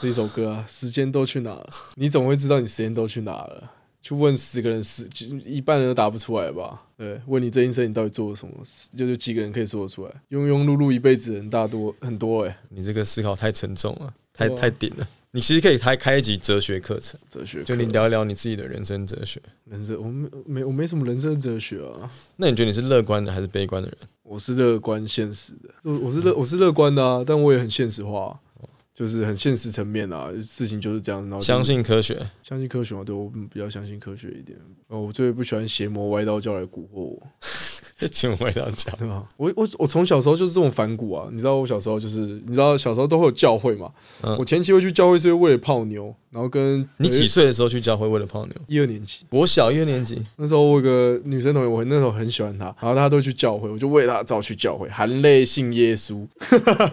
B: 这一首歌啊，时间都去哪了？ 你总会知道你时间都去哪了。去问十个人，十就一半人都答不出来吧？对，问你这一生你到底做了什么？十就是几个人可以说得出来？庸庸碌碌一辈子的人大多很多哎、
A: 你这个思考太沉重了，太
B: 对啊
A: 太顶了。你其实可以开开一集哲学课程，
B: 哲学课
A: 就你聊一聊你自己的人生哲学。
B: 人生，我没没我没什么人生哲学啊。
A: 那你觉得你是乐观的还是悲观的人？
B: 我是乐观现实的，我我是乐我是乐观的啊，但我也很现实化啊、就是很现实层面啊，事情就是这样。然后就是
A: 相信科学，
B: 相信科学嘛，对我比较相信科学一点。哦，我最不喜欢邪魔歪道教来蛊惑我，
A: 请回到家。
B: 对吧？我我我从小时候就是这种反骨啊，你知道我小时候就是，你知道小时候都会有教会嘛，
A: 嗯
B: 我前期会去教会是为了泡妞，然后跟
A: 你几岁的时候去教会为了泡妞？
B: 一二年级，
A: 国小一二年级，
B: 那时候我有个女生同学，我那时候很喜欢她，然后她都去教会，我就为她早去教会，含泪信耶稣，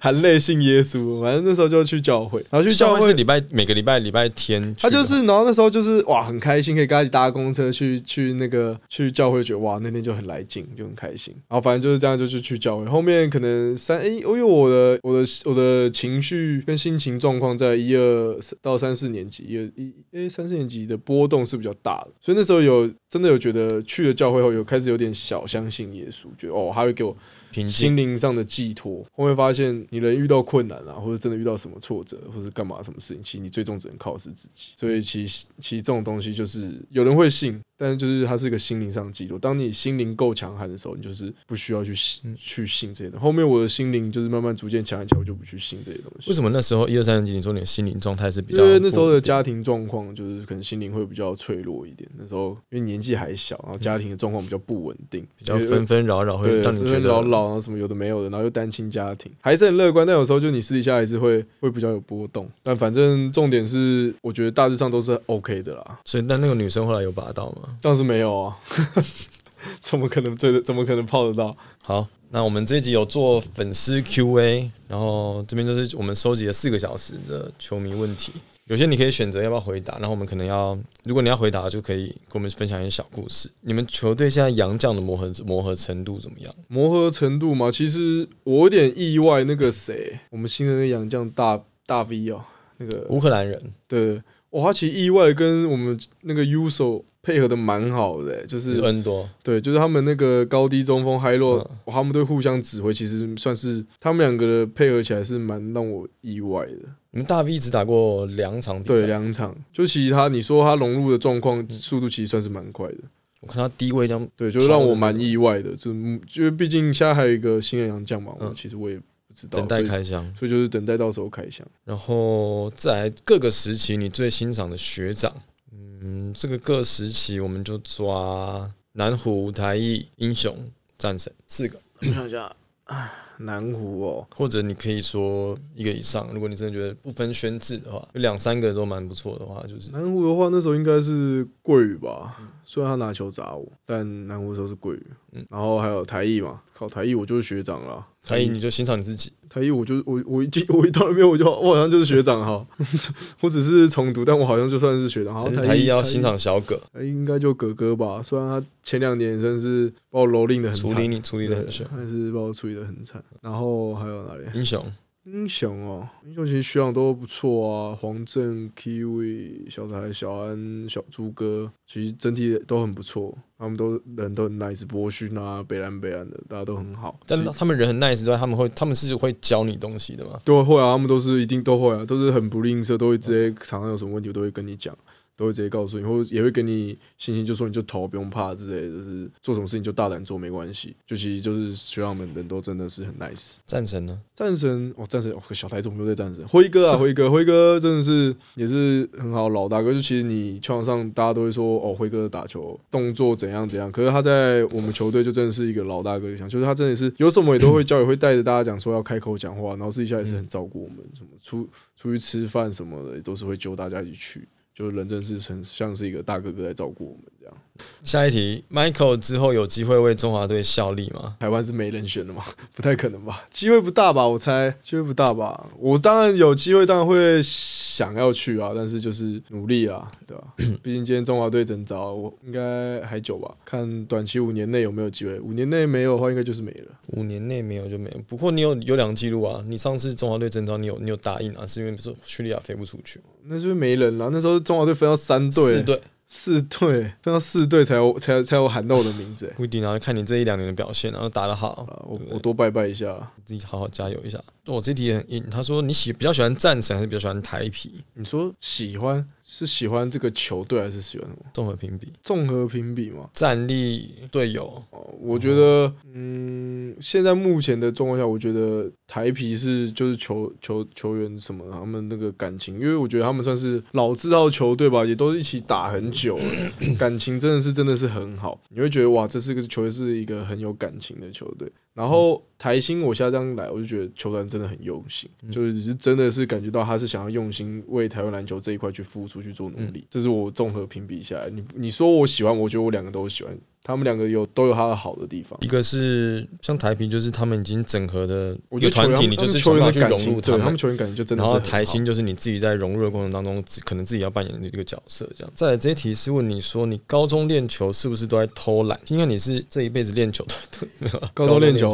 B: 含泪信耶稣，反正那时候就去教会，然后去教
A: 教会
B: 会
A: 是礼拜每个礼拜礼拜天去
B: 他
A: 的，
B: 就是，然后那时候就是哇，很开心，可以跟他一起搭公车去去那个去教会，觉得哇，那天就很来劲，就很开心。然后反正就是这样，就去去教会。后面可能三，诶，因为我的我的我的情绪跟心情状况在一二到三四年级，一二一诶三四年级的波动是比较大的，所以那时候有真的有觉得去了教会后，有开始有点小相信耶稣，觉得哦，他会给我
A: 平静
B: 心。灵上的寄托。后面发现你人遇到困难啊，或者真的遇到什么挫折，或者干嘛什么事情，其实你最终只能靠的是自己。所以其实其实这种东西就是有人会信，但是就是它是一个心灵上的寄托。当你心灵够强悍的时候，你就是不需要去
A: 嗯
B: 信去信这些东西。后面我的心灵就是慢慢逐渐强悍起来，我就不去信这些东西
A: 为。什么那时候一二三年级你说你的心灵状态是比
B: 因
A: 较
B: 为那时候的
A: 不稳
B: 家庭状况就是可能心灵会比较脆弱一点，那时候因为年纪还小，然后家庭的状况比较不稳定，
A: 嗯
B: 比
A: 定比较纷纷扰扰，会
B: 对，
A: 让你觉
B: 纷纷
A: 得
B: 扰扰，然后啊什么有的没有的，然后又单亲家庭，还是很乐观，但有时候就你私底下还是会会比较有波动。但反正重点是，我觉得大致上都是 OK 的啦，
A: 所以那那个女生后来有拔到吗？
B: 但是没有啊， 怎么可能追的？怎么可能泡得到？
A: 好，那我们这一集有做粉丝 Q&A，然后这边就是我们收集了四个小时的球迷问题，有些你可以选择要不要回答，然后我们可能要，如果你要回答，就可以跟我们分享一些小故事。你们球队现在洋将的磨合磨合程度怎么样？
B: 磨合程度嘛，其实我有点意外，那个谁，我们新的那个洋将大大 V 哦，那个
A: 乌克兰人
B: 对，哇，他其实意外跟我们那个 Uso 配合的蛮好的、欸就是
A: 是 N 多，
B: 对，就是他们那个高低中锋 high low，、
A: 嗯
B: 他们都互相指挥，其实算是他们两个的配合起来是蛮让我意外的。
A: 你们大 V 只打过两场比
B: 对，
A: 赛，
B: 两场就其实他你说他融入的状况
A: 嗯
B: 速度其实算是蛮快的，
A: 我看他低位这样，
B: 对，就是让我蛮意外的。就因为毕竟现在还有一个新人洋将嘛，
A: 嗯
B: 我其实我也不知道，
A: 等待
B: 所以
A: 开箱。
B: 所以就是等待到时候开箱。
A: 然后再来各个时期你最欣赏的学长，嗯，这个各时期我们就抓南湖、台艺、英雄、战神四个，
B: 我想一下，南湖哦，
A: 或者你可以说一个以上。如果你真的觉得不分轩制的话，有两三个都蛮不错的话，就是
B: 南湖的话，那时候应该是桂宇吧，虽然他拿球砸我，但南湖的时候是桂宇。
A: 嗯
B: 然后还有台艺嘛，靠台艺我就是学长啦。
A: 台一你就欣赏你自己，
B: 台一我就我我一进 我一到那边我就我好像就是学长哈， 我只是重读，但我好像就算是学长。好
A: 但
B: 像
A: 是台一要
B: 哦台
A: 欣赏小葛，
B: 台一应该就哥哥吧，虽然他前两年真是把我蹂躏的很
A: 处
B: 惨，
A: 理你处理的很凶。
B: 还是把我处理的很惨。然后还有哪里？
A: 英雄
B: 英雄哦，英雄其实学长都不错啊，黄正、Kiwi、小台、小安、小猪哥，其实整体都很不错，他们都人都很 nice，博勋啊、北兰北兰的，大家都很好。
A: 但
B: 其实
A: 他们人很 nice 之外，他们会他们是会教你东西的嘛？
B: 都会啊，他们都是一定都会啊，都是很不吝啬，都会直接场上有什么问题，我都会跟你讲，都会直接告诉你，或者也会给你信心，就说你就投，不用怕之类的，就是做什么事情就大胆做，没关系。就其实就是学长们人都真的是很 nice。
A: 战神呢？
B: 战神哦，战神哦，小台中又在战神，辉哥啊，辉哥，辉哥真的是也是很好老大哥。就其实你球场上大家都会说哦，辉哥打球动作怎样怎样，可是他在我们球队就真的是一个老大哥，就想就是他真的是有什么也都会教，也会带着大家讲说要开口讲话，然后私底下也是很照顾我们，什么出出去吃饭什么的也都是会揪大家一起去，就是人真是很像是一个大哥哥在照顾我们这样。
A: 下一题，Michael 之后有机会为中华队效力吗？
B: 台湾是没人选的嘛？ 不太可能吧？机会不大吧？我猜机会不大吧？我当然有机会，当然会想要去啊，但是就是努力啊，对 吧、毕竟今天中华队征召，我应该还久吧？看短期五年内有没有机会，五年内没有的话，应该就是没了。
A: 五年内没有就没有。不过你有有两个记录啊，你上次中华队征召你有你有答应啊，是因为不是叙利亚飞不出去，
B: 那就是没人了。那时候中华队分到三队
A: 四，队
B: 四队分到四队才有才才有喊到我的名字、 欸。
A: 不一定啊，看你这一两年的表现，然后打得好，
B: 啊，我我多拜拜一下。
A: 自己好好加油一下。我这题也很硬，他说你喜比较喜欢战神还是比较喜欢台皮？
B: 你说喜欢是喜欢这个球队还是喜欢什么？
A: 综合评比，
B: 综合评比吗？
A: 战力、队友，
B: 哦，我觉得，嗯，现在目前的状况下，我觉得台皮是就是球球球员什么的，他们那个感情，因为我觉得他们算是老字号球队吧，也都一起打很久了，感情真的是真的是很好，你会觉得哇，这是个球队是一个很有感情的球队。然后台新，我现在这样来，我就觉得球团真的很用心，就是只是真的是感觉到他是想要用心为台湾篮球这一块去付出去做努力。这是我综合评比下来，你你说我喜欢，我觉得我两个都喜欢，他们两个有都有他的好的地方
A: 一。个是像台皮，就是他们已经整合的
B: 我
A: 一
B: 觉
A: 个
B: 得球
A: 团
B: 员
A: 体，你
B: 他
A: 就
B: 们
A: 是
B: 球
A: 想
B: 员
A: 办法
B: 的
A: 去
B: 感
A: 融
B: 情，
A: 入
B: 对他
A: 们
B: 们。球员感情就真的
A: 然
B: 是
A: 后
B: 很
A: 台
B: 好
A: 新就是你自己在融入的过程当中，自可能自己要扮演这个角色这样。再来这一题是问你说，你高中练球是不是都在偷懒？因为你是这一辈子练球的，
B: 高中练球，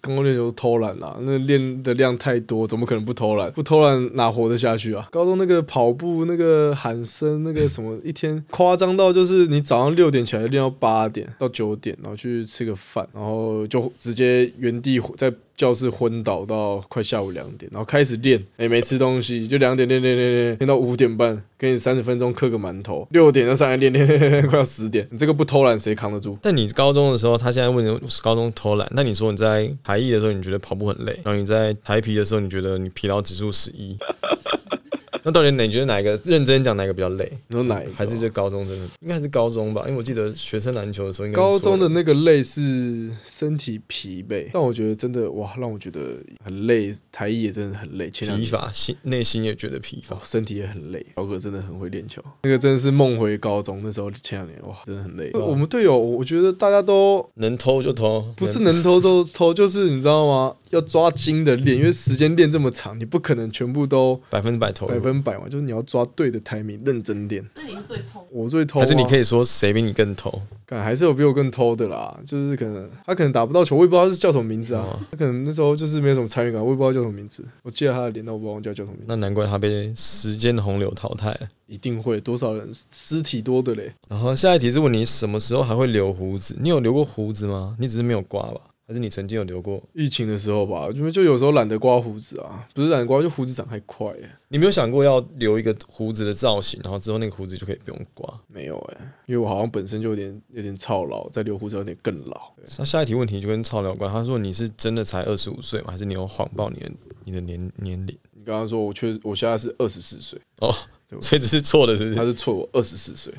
B: 高中练球偷懒啦、那练的量太多，怎么可能不偷懒？不偷懒哪活得下去啊？高中那个跑步、那个喊声、那个什么，一天夸张到就是你早上六点起来练到八点到九点，然后去吃个饭，然后就直接原地在。教室昏倒到快下午两点，然后开始练，哎，没吃东西，就两点练练练练练到五点半，给你三十分钟刻个馒头，六点就上来练练练练练，快要十点，你这个不偷懒谁扛得住？
A: 但你高中的时候，他现在问你高中偷懒，那你说你在台艺的时候你觉得跑步很累，然后你在台皮的时候你觉得你疲劳指数十一， 那到底哪你觉得哪一个认真讲哪一个比较累？
B: 你说哪一个
A: 还是这高中真的应该还是高中吧，因为我记得学生篮球的时候应该是
B: 高中的
A: 说
B: 那个累是身体疲惫，但我觉得真的哇，让我觉得很累。台艺也真的很累，前两
A: 疲
B: 年
A: 乏，心内心也觉得疲乏
B: 哦。，身体也很累。小哥真的很会练球，那个真的是梦回高中那时候前两年哇，真的很
A: 啊
B: 累。我们队友，我觉得大家都
A: 能偷就偷，
B: 不是
A: 能
B: 能偷都
A: 啊
B: 偷，就是你知道吗？要抓精的 练，因为时间练这么长，你不可能全部都
A: 百分之百投入
B: 百分百嘛，就是你要抓对的 timing，认真练。
C: 那你是最痛。
B: 我最偷、啊，
A: 还是你可以说谁比你更偷？
B: 干还是有比我更偷的啦，就是可能他可能打不到球，我也不知道他是叫什么名字啊。
A: 哦
B: 他可能那时候就是没有什么参与感，我也不知道叫什么名字。我记得他的脸，但我不忘记他叫什么名字。
A: 那难怪他被时间的洪流淘汰了。
B: 一定会多少人尸体多的嘞？
A: 然后下一题是问你什么时候还会留胡子？你有留过胡子吗？你只是没有刮吧？还是你曾经有留过？
B: 疫情的时候吧，就就有时候懒得刮胡子啊，不是懒得刮，就胡子长太快耶。
A: 你没有想过要留一个胡子的造型，然后之后那个胡子就可以不用刮？
B: 没有哎、因为我好像本身就有点有点操劳，再留胡子有点更老。对
A: 那下一题问题就跟超聊关，他说你是真的才二十五岁吗？还是你有谎报你的你的年年龄？
B: 你刚刚说我确我现在是二十四岁，
A: 哦，所以这是错的，是不
B: 他
A: 是？
B: 是错我二十四岁，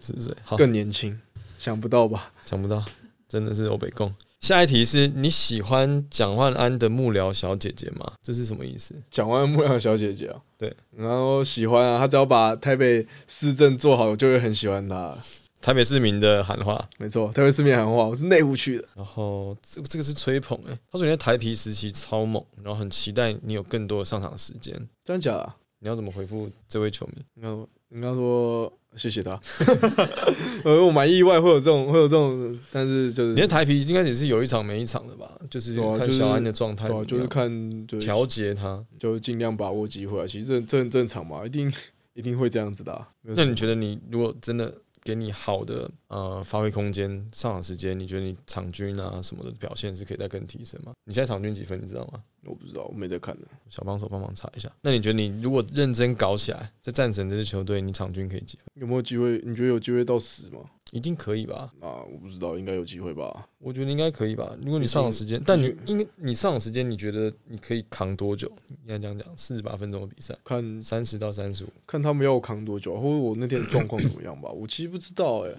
A: 是不是？好，
B: 更年轻，想不到吧？
A: 想不到，真的是欧北共。下一题是你喜欢蒋万安的幕僚小姐姐吗？这是什么意思？
B: 蒋万安木亮小姐姐啊，
A: 对，
B: 然后喜欢啊，她只要把台北市政做好，我就会很喜欢她。
A: 台北市民的喊话。
B: 没错，台北市民喊话，我是内湖区的，
A: 然后这这个是吹捧哎、他说你在台皮时期超猛，然后很期待你有更多的上场时间。
B: 真的假的啊？
A: 你要怎么回复这位球迷？
B: 你看，你刚说谢谢他， 呃，我蛮意外会有这种会有这种，但是就是
A: 你在台皮应该也是有一场没一场的吧？就是
B: 对啊
A: 看
B: 就是
A: 小安的状态
B: 对
A: 怎
B: 啊、
A: 么样，
B: 就是看就
A: 调节他。
B: 就尽量把握机会啊，其实这这很正常嘛，一定一定会这样子的啊、没有
A: 那
B: 什么
A: 你觉得你如果真的给你好的呃发挥空间、上场时间，你觉得你场均啊什么的表现是可以再更提升吗？你现在场均几分你知道吗？
B: 我不知道，我没在看的。
A: 小帮手帮忙查一下。那你觉得你如果认真搞起来，在战神这支球队，你场均可以几分？
B: 有没有机会？你觉得有机会到十吗？
A: 一定可以吧？
B: 啊，我不知道，应该有机会吧。
A: 我觉得应该可以吧。如果你
B: 毕竟
A: 上场时间，但
B: 毕
A: 你
B: 竟
A: 应该你上场时间，你觉得你可以扛多久？应该这样讲，四十八分钟的比赛，
B: 看
A: 三十到三十五。
B: 看他们要我扛多久，或者我那天状况怎么样吧。 我其实不知道哎、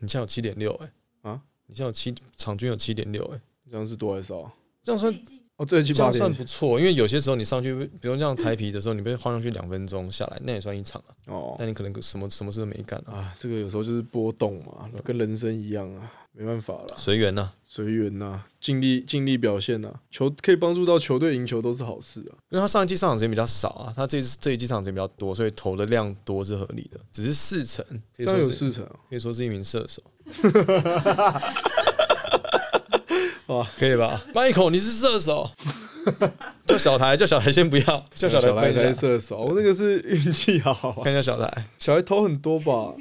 A: 你现在有七点六哎，
B: 啊，
A: 你现在有七场均有七点六哎，
B: 这样是多还是少？啊
A: 这样算
B: 哦，这一期
A: 这
B: 八
A: 样
B: 点
A: 算不错，因为有些时候你上去，比如像台皮的时候，你被换上去两分钟下来，那也算一场啊。
B: 哦
A: 但你可能什么什么事都没干啊，
B: 啊，这个有时候就是波动嘛，跟人生一样啊，没办法啦，
A: 随缘呐。
B: 随缘啊呐，尽力尽力表现呐、球可以帮助到球队赢球都是好事啊。
A: 因为他上一季上场时间比较少啊，他这一次这一季上场时间比较多，所以投的量多是合理的。只是四成，可以说
B: 当然有
A: 是
B: 四成啊，
A: 可以说是一名射手。 哇，可以吧？麦口，你是射 手。叫小台，叫小台先不要，叫小台
B: 小
A: 看
B: 白
A: 一
B: 才
A: 下，
B: 射手，我那个是运气好、啊，
A: 看一下小台。
B: 小白投很多吧，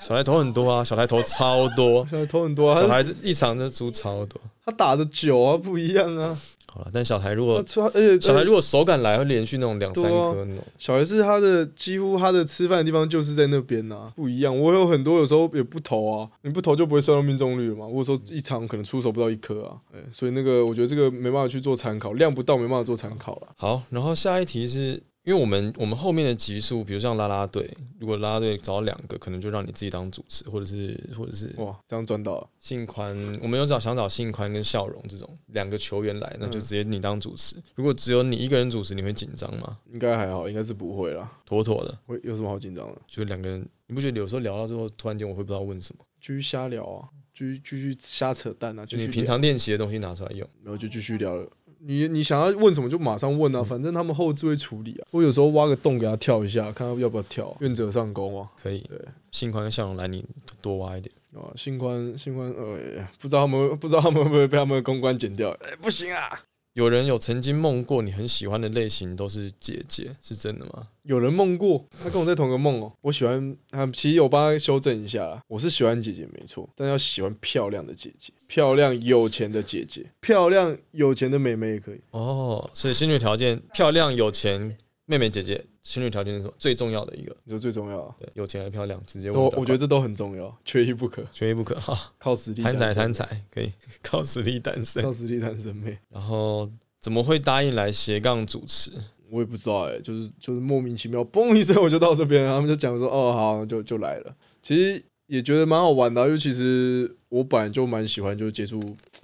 A: 小台投很多啊，小台投超多，
B: 小白投很多啊，
A: 小
B: 他
A: 台一场就输超多。
B: 他打的久啊，不一样啊，
A: 好啊了，但小台如
B: 他
A: 果
B: 出而且
A: 小台如果手感来，会连续那种两三
B: 对
A: 颗那种。
B: 小 S 他的几乎他的吃饭的地方就是在那边呐、啊不一样。我有很多有时候也不投啊，你不投就不会算到命中率了嘛。我有时候一场可能出手不到一颗啊，哎，所以那个我觉得这个没办法去做参考，量不到没办法做参考了。
A: 好，然后下一题是因为我们我们后面的集数，比如像啦啦队，如果啦啦队找两个，可能就让你自己当主持，或者是或者是
B: 哇，这样赚到啊了，
A: 信宽，我们有找想找信宽跟笑容这种两个球员来，那就
B: 嗯
A: 直接你当主持。如果只有你一个人主持，你会紧张吗？
B: 应该还好，应该是不会啦。
A: 妥妥的，
B: 会有什么好紧张的？
A: 就两个人，你不觉得有时候聊到最后，突然间我会不知道问什么？
B: 继续瞎聊啊，继续继续瞎扯淡啊，
A: 就
B: 继续
A: 你平
B: 聊
A: 常练习的东西拿出来用。
B: 然后就继续聊了。你你想要问什么就马上问
A: 嗯
B: 啊，反正他们后置会处理啊。我有时候挖个洞给他跳一下，看他要不要跳、愿者上钩啊。
A: 可以
B: 对，
A: 信宽跟笑容来，你多挖一点。
B: 啊，新宽新宽，呃，不知道他们会不知道他们会不会被他们的公关剪掉？哎、不行啊！
A: 有人有曾经梦过你很喜欢的类型都是姐姐，是真的吗？
B: 有人梦过，他跟我在同个梦哦。我喜欢他，其实我帮他修正一下啦，我是喜欢姐姐没错，但要喜欢漂亮的姐姐，漂亮有钱的姐姐，漂亮有钱的妹妹也可以。
A: 哦，所以先决条件漂亮、有钱，妹妹姐姐，先决条件是什么？最重要的一个，
B: 你说最重要啊，
A: 对，有钱还漂亮，直接
B: 都
A: 问到
B: 我觉得这都很重要，缺一不可，
A: 缺一不可哈。
B: 靠实力
A: 贪财
B: 单身
A: 贪，财可以 靠实力单身。
B: 靠实力单身妹。
A: 然后怎么会答应来斜杠主持？
B: 我也不知道哎、就是就是莫名其妙，嘣一声我就到这边了，他们就讲说哦好就就来了，其实也觉得蛮好玩的啊、因为其实我本来就蛮喜欢就是接触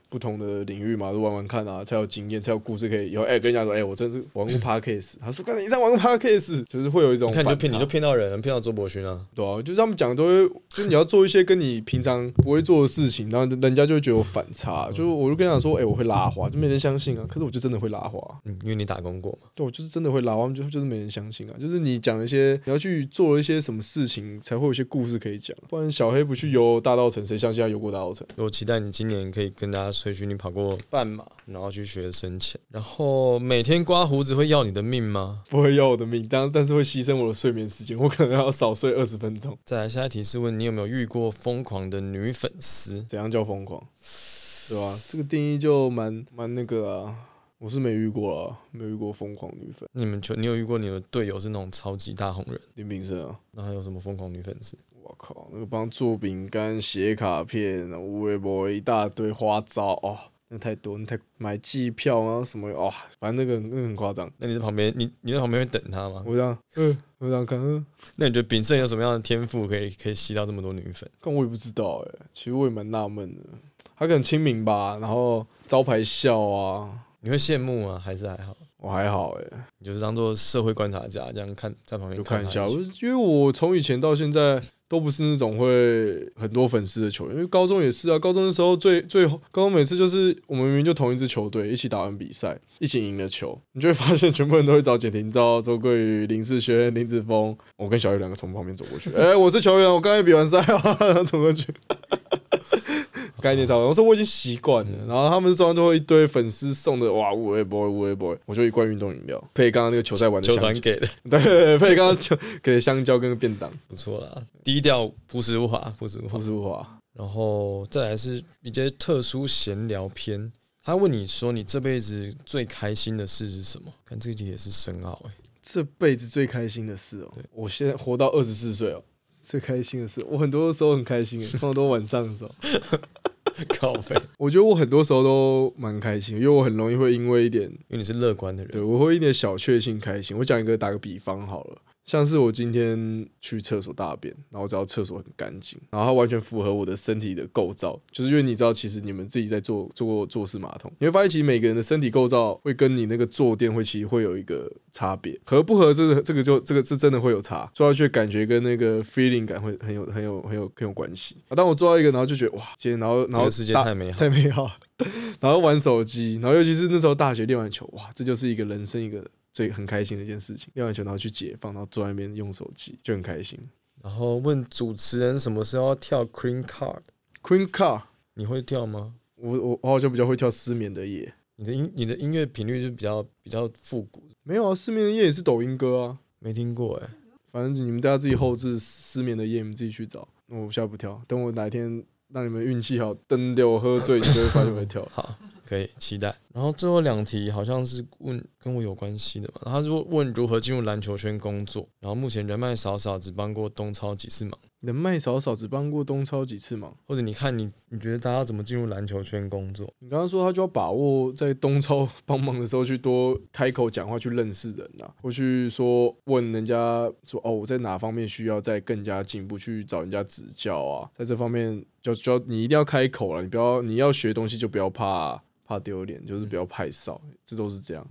B: 不同的领域嘛，就玩玩看啊，才有经验，才有故事可以以后哎、跟人家说哎、我真是玩过 podcast，他 说干你在玩过 podcast，就是会有一种
A: 你看你就
B: 反
A: 骗
B: 差
A: 你就骗到人了，骗到周伯勋啊！
B: 对啊，就是他们讲的都会，就是你要做一些跟你平常不会做的事情，然后人家就会觉得有反差，
A: 嗯
B: 就是我就跟他说哎、我会拉花，就没人相信啊，可是我就真的会拉花啊、
A: 嗯，因为你打工过嘛。
B: 对，我就是真的会拉，他们就就是没人相信啊。就是你讲一些，你要去做一些什么事情，才会有一些故事可以讲。不然小黑不去游大道城，谁相信他游过大道城？
A: 我期待你今年可以跟大家吹嘘你跑过半马，然后去学深潜。然后每天刮胡子会要你的命吗？
B: 不会要我的命，但但是会牺牲我的睡眠时间，我可能要少睡二十分钟。
A: 再来下一题是问你有没有遇过疯狂的女粉丝？
B: 怎样叫疯狂？对吧、这个定义就蛮蛮那个啊。我是没遇过啊，没有遇过疯狂女粉
A: 你们球，你有遇过你的队友是那种超级大红人？
B: 林炳胜啊。
A: 那还有什么疯狂女粉丝？
B: 我靠，那个帮做饼干、写卡片、微博一大堆花招哦，那太多，那太买机票啊什么哦，反正那个那个很夸张。
A: 那你在旁边，你你在旁边会等她吗？
B: 我这样，嗯、我这样看，嗯、
A: 那你觉得秉胜有什么样的天赋可以可以吸到这么多女粉？
B: 看我也不知道哎、其实我也蛮纳闷的。他可能亲民吧，然后招牌笑啊，
A: 你会羡慕吗？还是还好？
B: 我还好哎、
A: 你就是当做社会观察家这样看，在旁边
B: 就看一
A: 她
B: 下，
A: 就
B: 我
A: 行
B: 因为我从以前到现在都不是那种会很多粉丝的球员，因为高中也是啊，高中的时候最最高中每次就是我们明明就同一支球队，一起打完比赛，一起赢了球，你就会发现全部人都会找简廷照、周桂宇、林世轩、林子峰，我跟小雨两个从旁边走过去，哎、我是球员，我刚才比完赛啊，然后走过去。概念差不多，我说我已经习惯了，然后他们手上都会一堆粉丝送的，哇，五 A boy 五 A boy，我就一罐运动饮料，配刚刚那个球赛玩的
A: 球
B: 香
A: 团
B: 蕉，
A: 给的，
B: 对，配刚刚球给的香蕉跟个便当，
A: 不错啦，低调朴实无华，朴实无华
B: 不。是不华。
A: 然后再来是一些特殊闲聊篇，他问你说你这辈子最开心的事是什么？看这题也是深奥哎、
B: 这辈子最开心的事哦、我现在活到二十四岁哦，最开心的事，我很多时候很开心诶，通常都晚上的时候，
A: 靠背，
B: 我觉得我很多时候都蛮开心，因为我很容易会因为一点，
A: 因为你是乐观的人，
B: 对我会因为一点小确幸开心。我讲一个打个比方好了。像是我今天去厕所大便，然后我知道厕所很干净，然后它完全符合我的身体的构造，就是因为你知道，其实你们自己在做做过坐式马桶，你会发现其实每个人的身体构造会跟你那个坐垫会其实会有一个差别，合不合这个这个就这个是真的会有差，坐下去感觉跟那个 feeling 感会很有很有很有很有关系。啊，当我坐到一个，然后就觉得哇，今天然后然
A: 这
B: 后
A: 个世界
B: 大
A: 太美 好。
B: 太美好了。然后玩手机，然后尤其是那时候大学练完球，哇，这就是一个人生一个最很开心的一件事情。练完球然后去解放，然后坐在那边用手机，就很开心。
A: 然后问主持人什么时候要跳 Green Card，
B: Queen Car，
A: 你会跳吗？
B: 我我我好像比较会跳《失眠的夜》，
A: 你的音你的音乐频率就比较比较复古，
B: 没有啊，《失眠的夜》也是抖音歌啊。
A: 没听过哎、。
B: 反正你们大家自己后置《失眠的夜》，你们自己去找。我现在不跳，等我哪一天让你们运气好，灯掉我喝醉，你就会发现我会 跳
A: 好，可以期待。然后最后两题好像是问跟我有关系的吧？他说问如何进入篮球圈工作，然后目前人脉少少，只帮过东超几次忙。
B: 人脉少少，只帮过东超几次忙。
A: 或者你看你你觉得大家怎么进入篮球圈工作？
B: 你刚刚说他就要把握在东超 帮忙的时候去多开口讲话，去认识人呐、啊，或去说问人家说哦，我在哪方面需要再更加进步，去找人家指教啊，在这方面就就要你一定要开口了，你不要你要学东西就不要怕怕丢脸，就是不要害臊，这都是这样，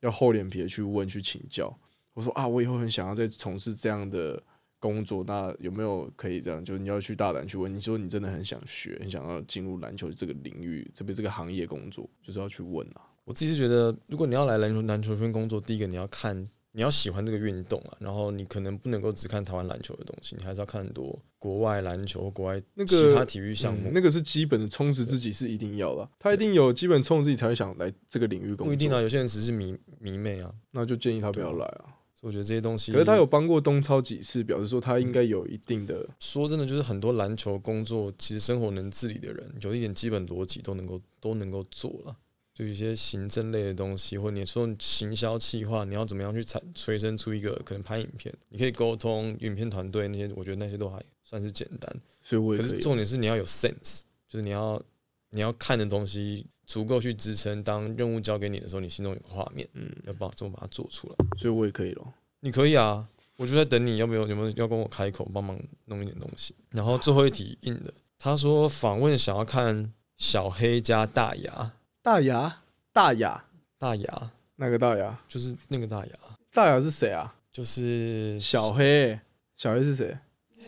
B: 要厚脸皮的去问去请教。我说啊，我以后很想要再从事这样的工作，那有没有可以这样？就是你要去大胆去问，你说你真的很想学，很想要进入篮球这个领域，这边这个行业工作，就是要去问啊。
A: 我自己是觉得，如果你要来篮球篮球圈工作，第一个你要看你要喜欢这个运动啊，然后你可能不能够只看台湾篮球的东西，你还是要看很多国外篮球、国外
B: 那
A: 其他
B: 个
A: 体育项目。
B: 嗯那个是基本的充实自己是一定要的啊，他一定有基本充实自己才会想来这个领域工作。
A: 不一定啊，，有些人只是迷迷妹啊，
B: 那就建议他不要来啊。
A: 所以我觉得这些东西。
B: 可是他有帮过东超几次，表示说他应该有一定的
A: 说真的，就是很多篮球工作，其实生活能自理的人，有一点基本逻辑都能够都能够做了。就一些行政类的东西，或者你说行销企划，你要怎么样去产催生出一个可能拍影片，你可以沟通影片团队那些，我觉得那些都还算是简单。
B: 所以我也
A: 可
B: 可
A: 是
B: 以。
A: 重点是你要有 sense，就是你要你要看的东西足够去支撑，当任务交给你的时候，你心中有个画面，
B: 嗯，
A: 要把怎么把它做出来。
B: 所以我也可以咯。
A: 你可以啊，我就在等你，要不要有没有要跟我开口帮忙弄一点东西？然后最后一题硬的，他说访问想要看小黑加大牙，
B: 大牙，大牙，
A: 大牙
B: 那个大牙？
A: 就是那个大牙，
B: 大牙是谁啊？
A: 就是
B: 小黑，小黑是谁？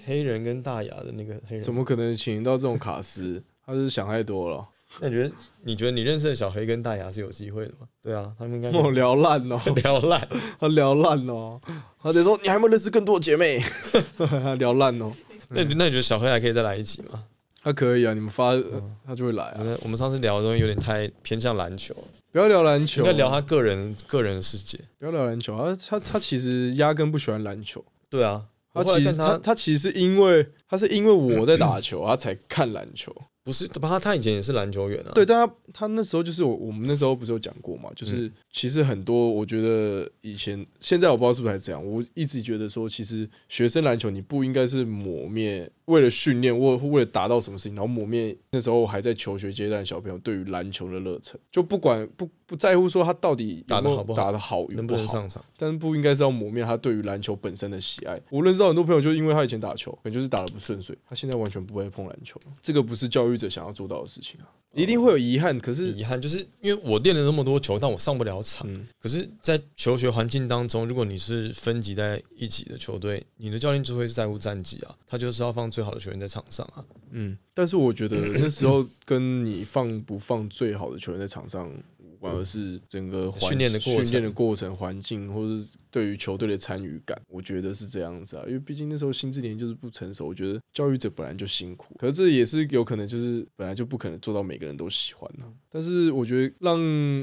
A: 黑人跟大牙的那个黑人。
B: 怎么可能请到这种卡司？ 他是想太多了，
A: 那你觉得你觉得你认识的小黑跟大牙是有机会的吗？对啊，他们应该
B: 我聊烂哦，
A: 聊烂。
B: 他聊烂哦，他得说你还有没有认识更多姐妹？ 他聊烂哦，
A: 那你那你觉得小黑还可以再来一集吗？
B: 他可以啊，你们发
A: 嗯
B: 他就会来啊，
A: 那我们上次聊的东西有点太偏向篮球，
B: 不要聊篮球，
A: 应该聊他个人个人的世界。
B: 不要聊篮球，他他他其实压根不喜欢篮球，
A: 对啊，
B: 他
A: 我后来
B: 其实
A: 看
B: 他他其实因为他是因为我在打球，他才看篮球。
A: 不是，他他以前也是篮球员啊。
B: 对，但他他那时候就是我我们那时候不是有讲过嘛，
A: 嗯
B: 就是其实很多我觉得以前现在我不知道是不是还这样，我一直觉得说，其实学生篮球你不应该是抹灭为了训练或或为了达到什么事情，然后抹灭那时候还在求学阶段的小朋友对于篮球的热忱，就不管不不在乎说他到底有
A: 打得
B: 没有
A: 好不好
B: 打得好与
A: 能
B: 不
A: 不能
B: 好。
A: 上场？
B: 但是不应该是要磨灭他对于篮球本身的喜爱。我认识到很多朋友，就是因为他以前打球，可能就是打得不顺遂，他现在完全不会碰篮球，这个不是教育者想要做到的事情啊。一定会有遗憾。可是
A: 遗憾就是因为我练了那么多球，但我上不了场。
B: 嗯
A: 可是，在求学环境当中，如果你是分级在一起的球队，你的教练就会在乎战绩啊，他就是要放最好的球员在场上啊。
B: 嗯，但是我 觉得那时候跟你放不放最好的球员在场上无关，而是整个环
A: 嗯训练的过程
B: 训练的过程、环境，或是对于球队的参与感，我觉得是这样子啊。因为毕竟那时候心智年龄就是不成熟，我觉得教育者本来就辛苦，可是这也是有可能就是本来就不可能做到每个人都喜欢呢、啊但是我觉得让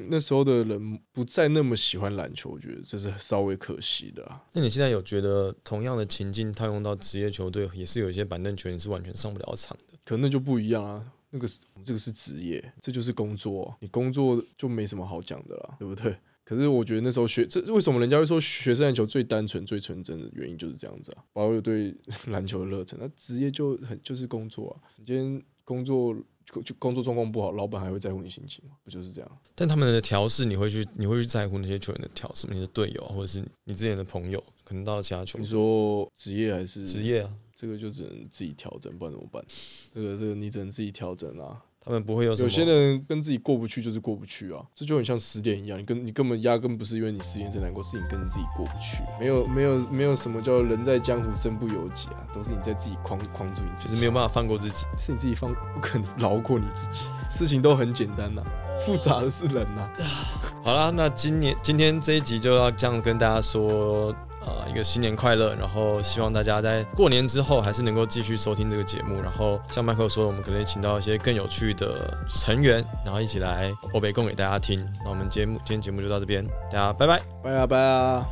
B: 那时候的人不再那么喜欢篮球，我觉得这是稍微可惜的啊。
A: 那你现在有觉得同样的情境套用到职业球队，也是有一些板凳球员是完全上不了场的？
B: 可能那就不一样啊。那个是我们这个是职业，这就是工作，啊你工作就没什么好讲的啦，对不对？可是我觉得那时候学这为什么人家会说学生篮球最单纯、最纯真的原因就是这样子啊，保有对 篮球的热忱。那职业就很就是工作啊，你今天工作就工作状况不好，老板还会在乎你心情吗？不就是这样？
A: 但他们的调试，你会去你会去在乎那些球员的调试吗，你的队友啊或者是你之前的朋友，可能到了其他球
B: 你
A: 队
B: 说职业还是
A: 职业啊，
B: 这个就只能自己调整，不然怎么办？这个这个你只能自己调整啊。
A: 他们不会有什么
B: 有些人跟自己过不去就是过不去啊，这就很像失恋一样，你跟你根本压根不是因为你失恋才难过，是你跟你自己过不去，没有没有没有什么叫人在江湖身不由己啊，都是你在自己框框住你自
A: 就
B: 己，
A: 是没有办法放过自己。
B: 是你自己放不肯饶过你自己，事情都很简单呐、复杂的是人呐、啊
A: 好啦，那今年今天这一集就要这样跟大家说，呃，一个新年快乐，然后希望大家在过年之后还是能够继续收听这个节目，然后像麦克说，我们可能也请到一些更有趣的成员，然后一起来欧北贡给大家听。那我们节目今天节目就到这边，大家拜拜。
B: 拜啊拜啊。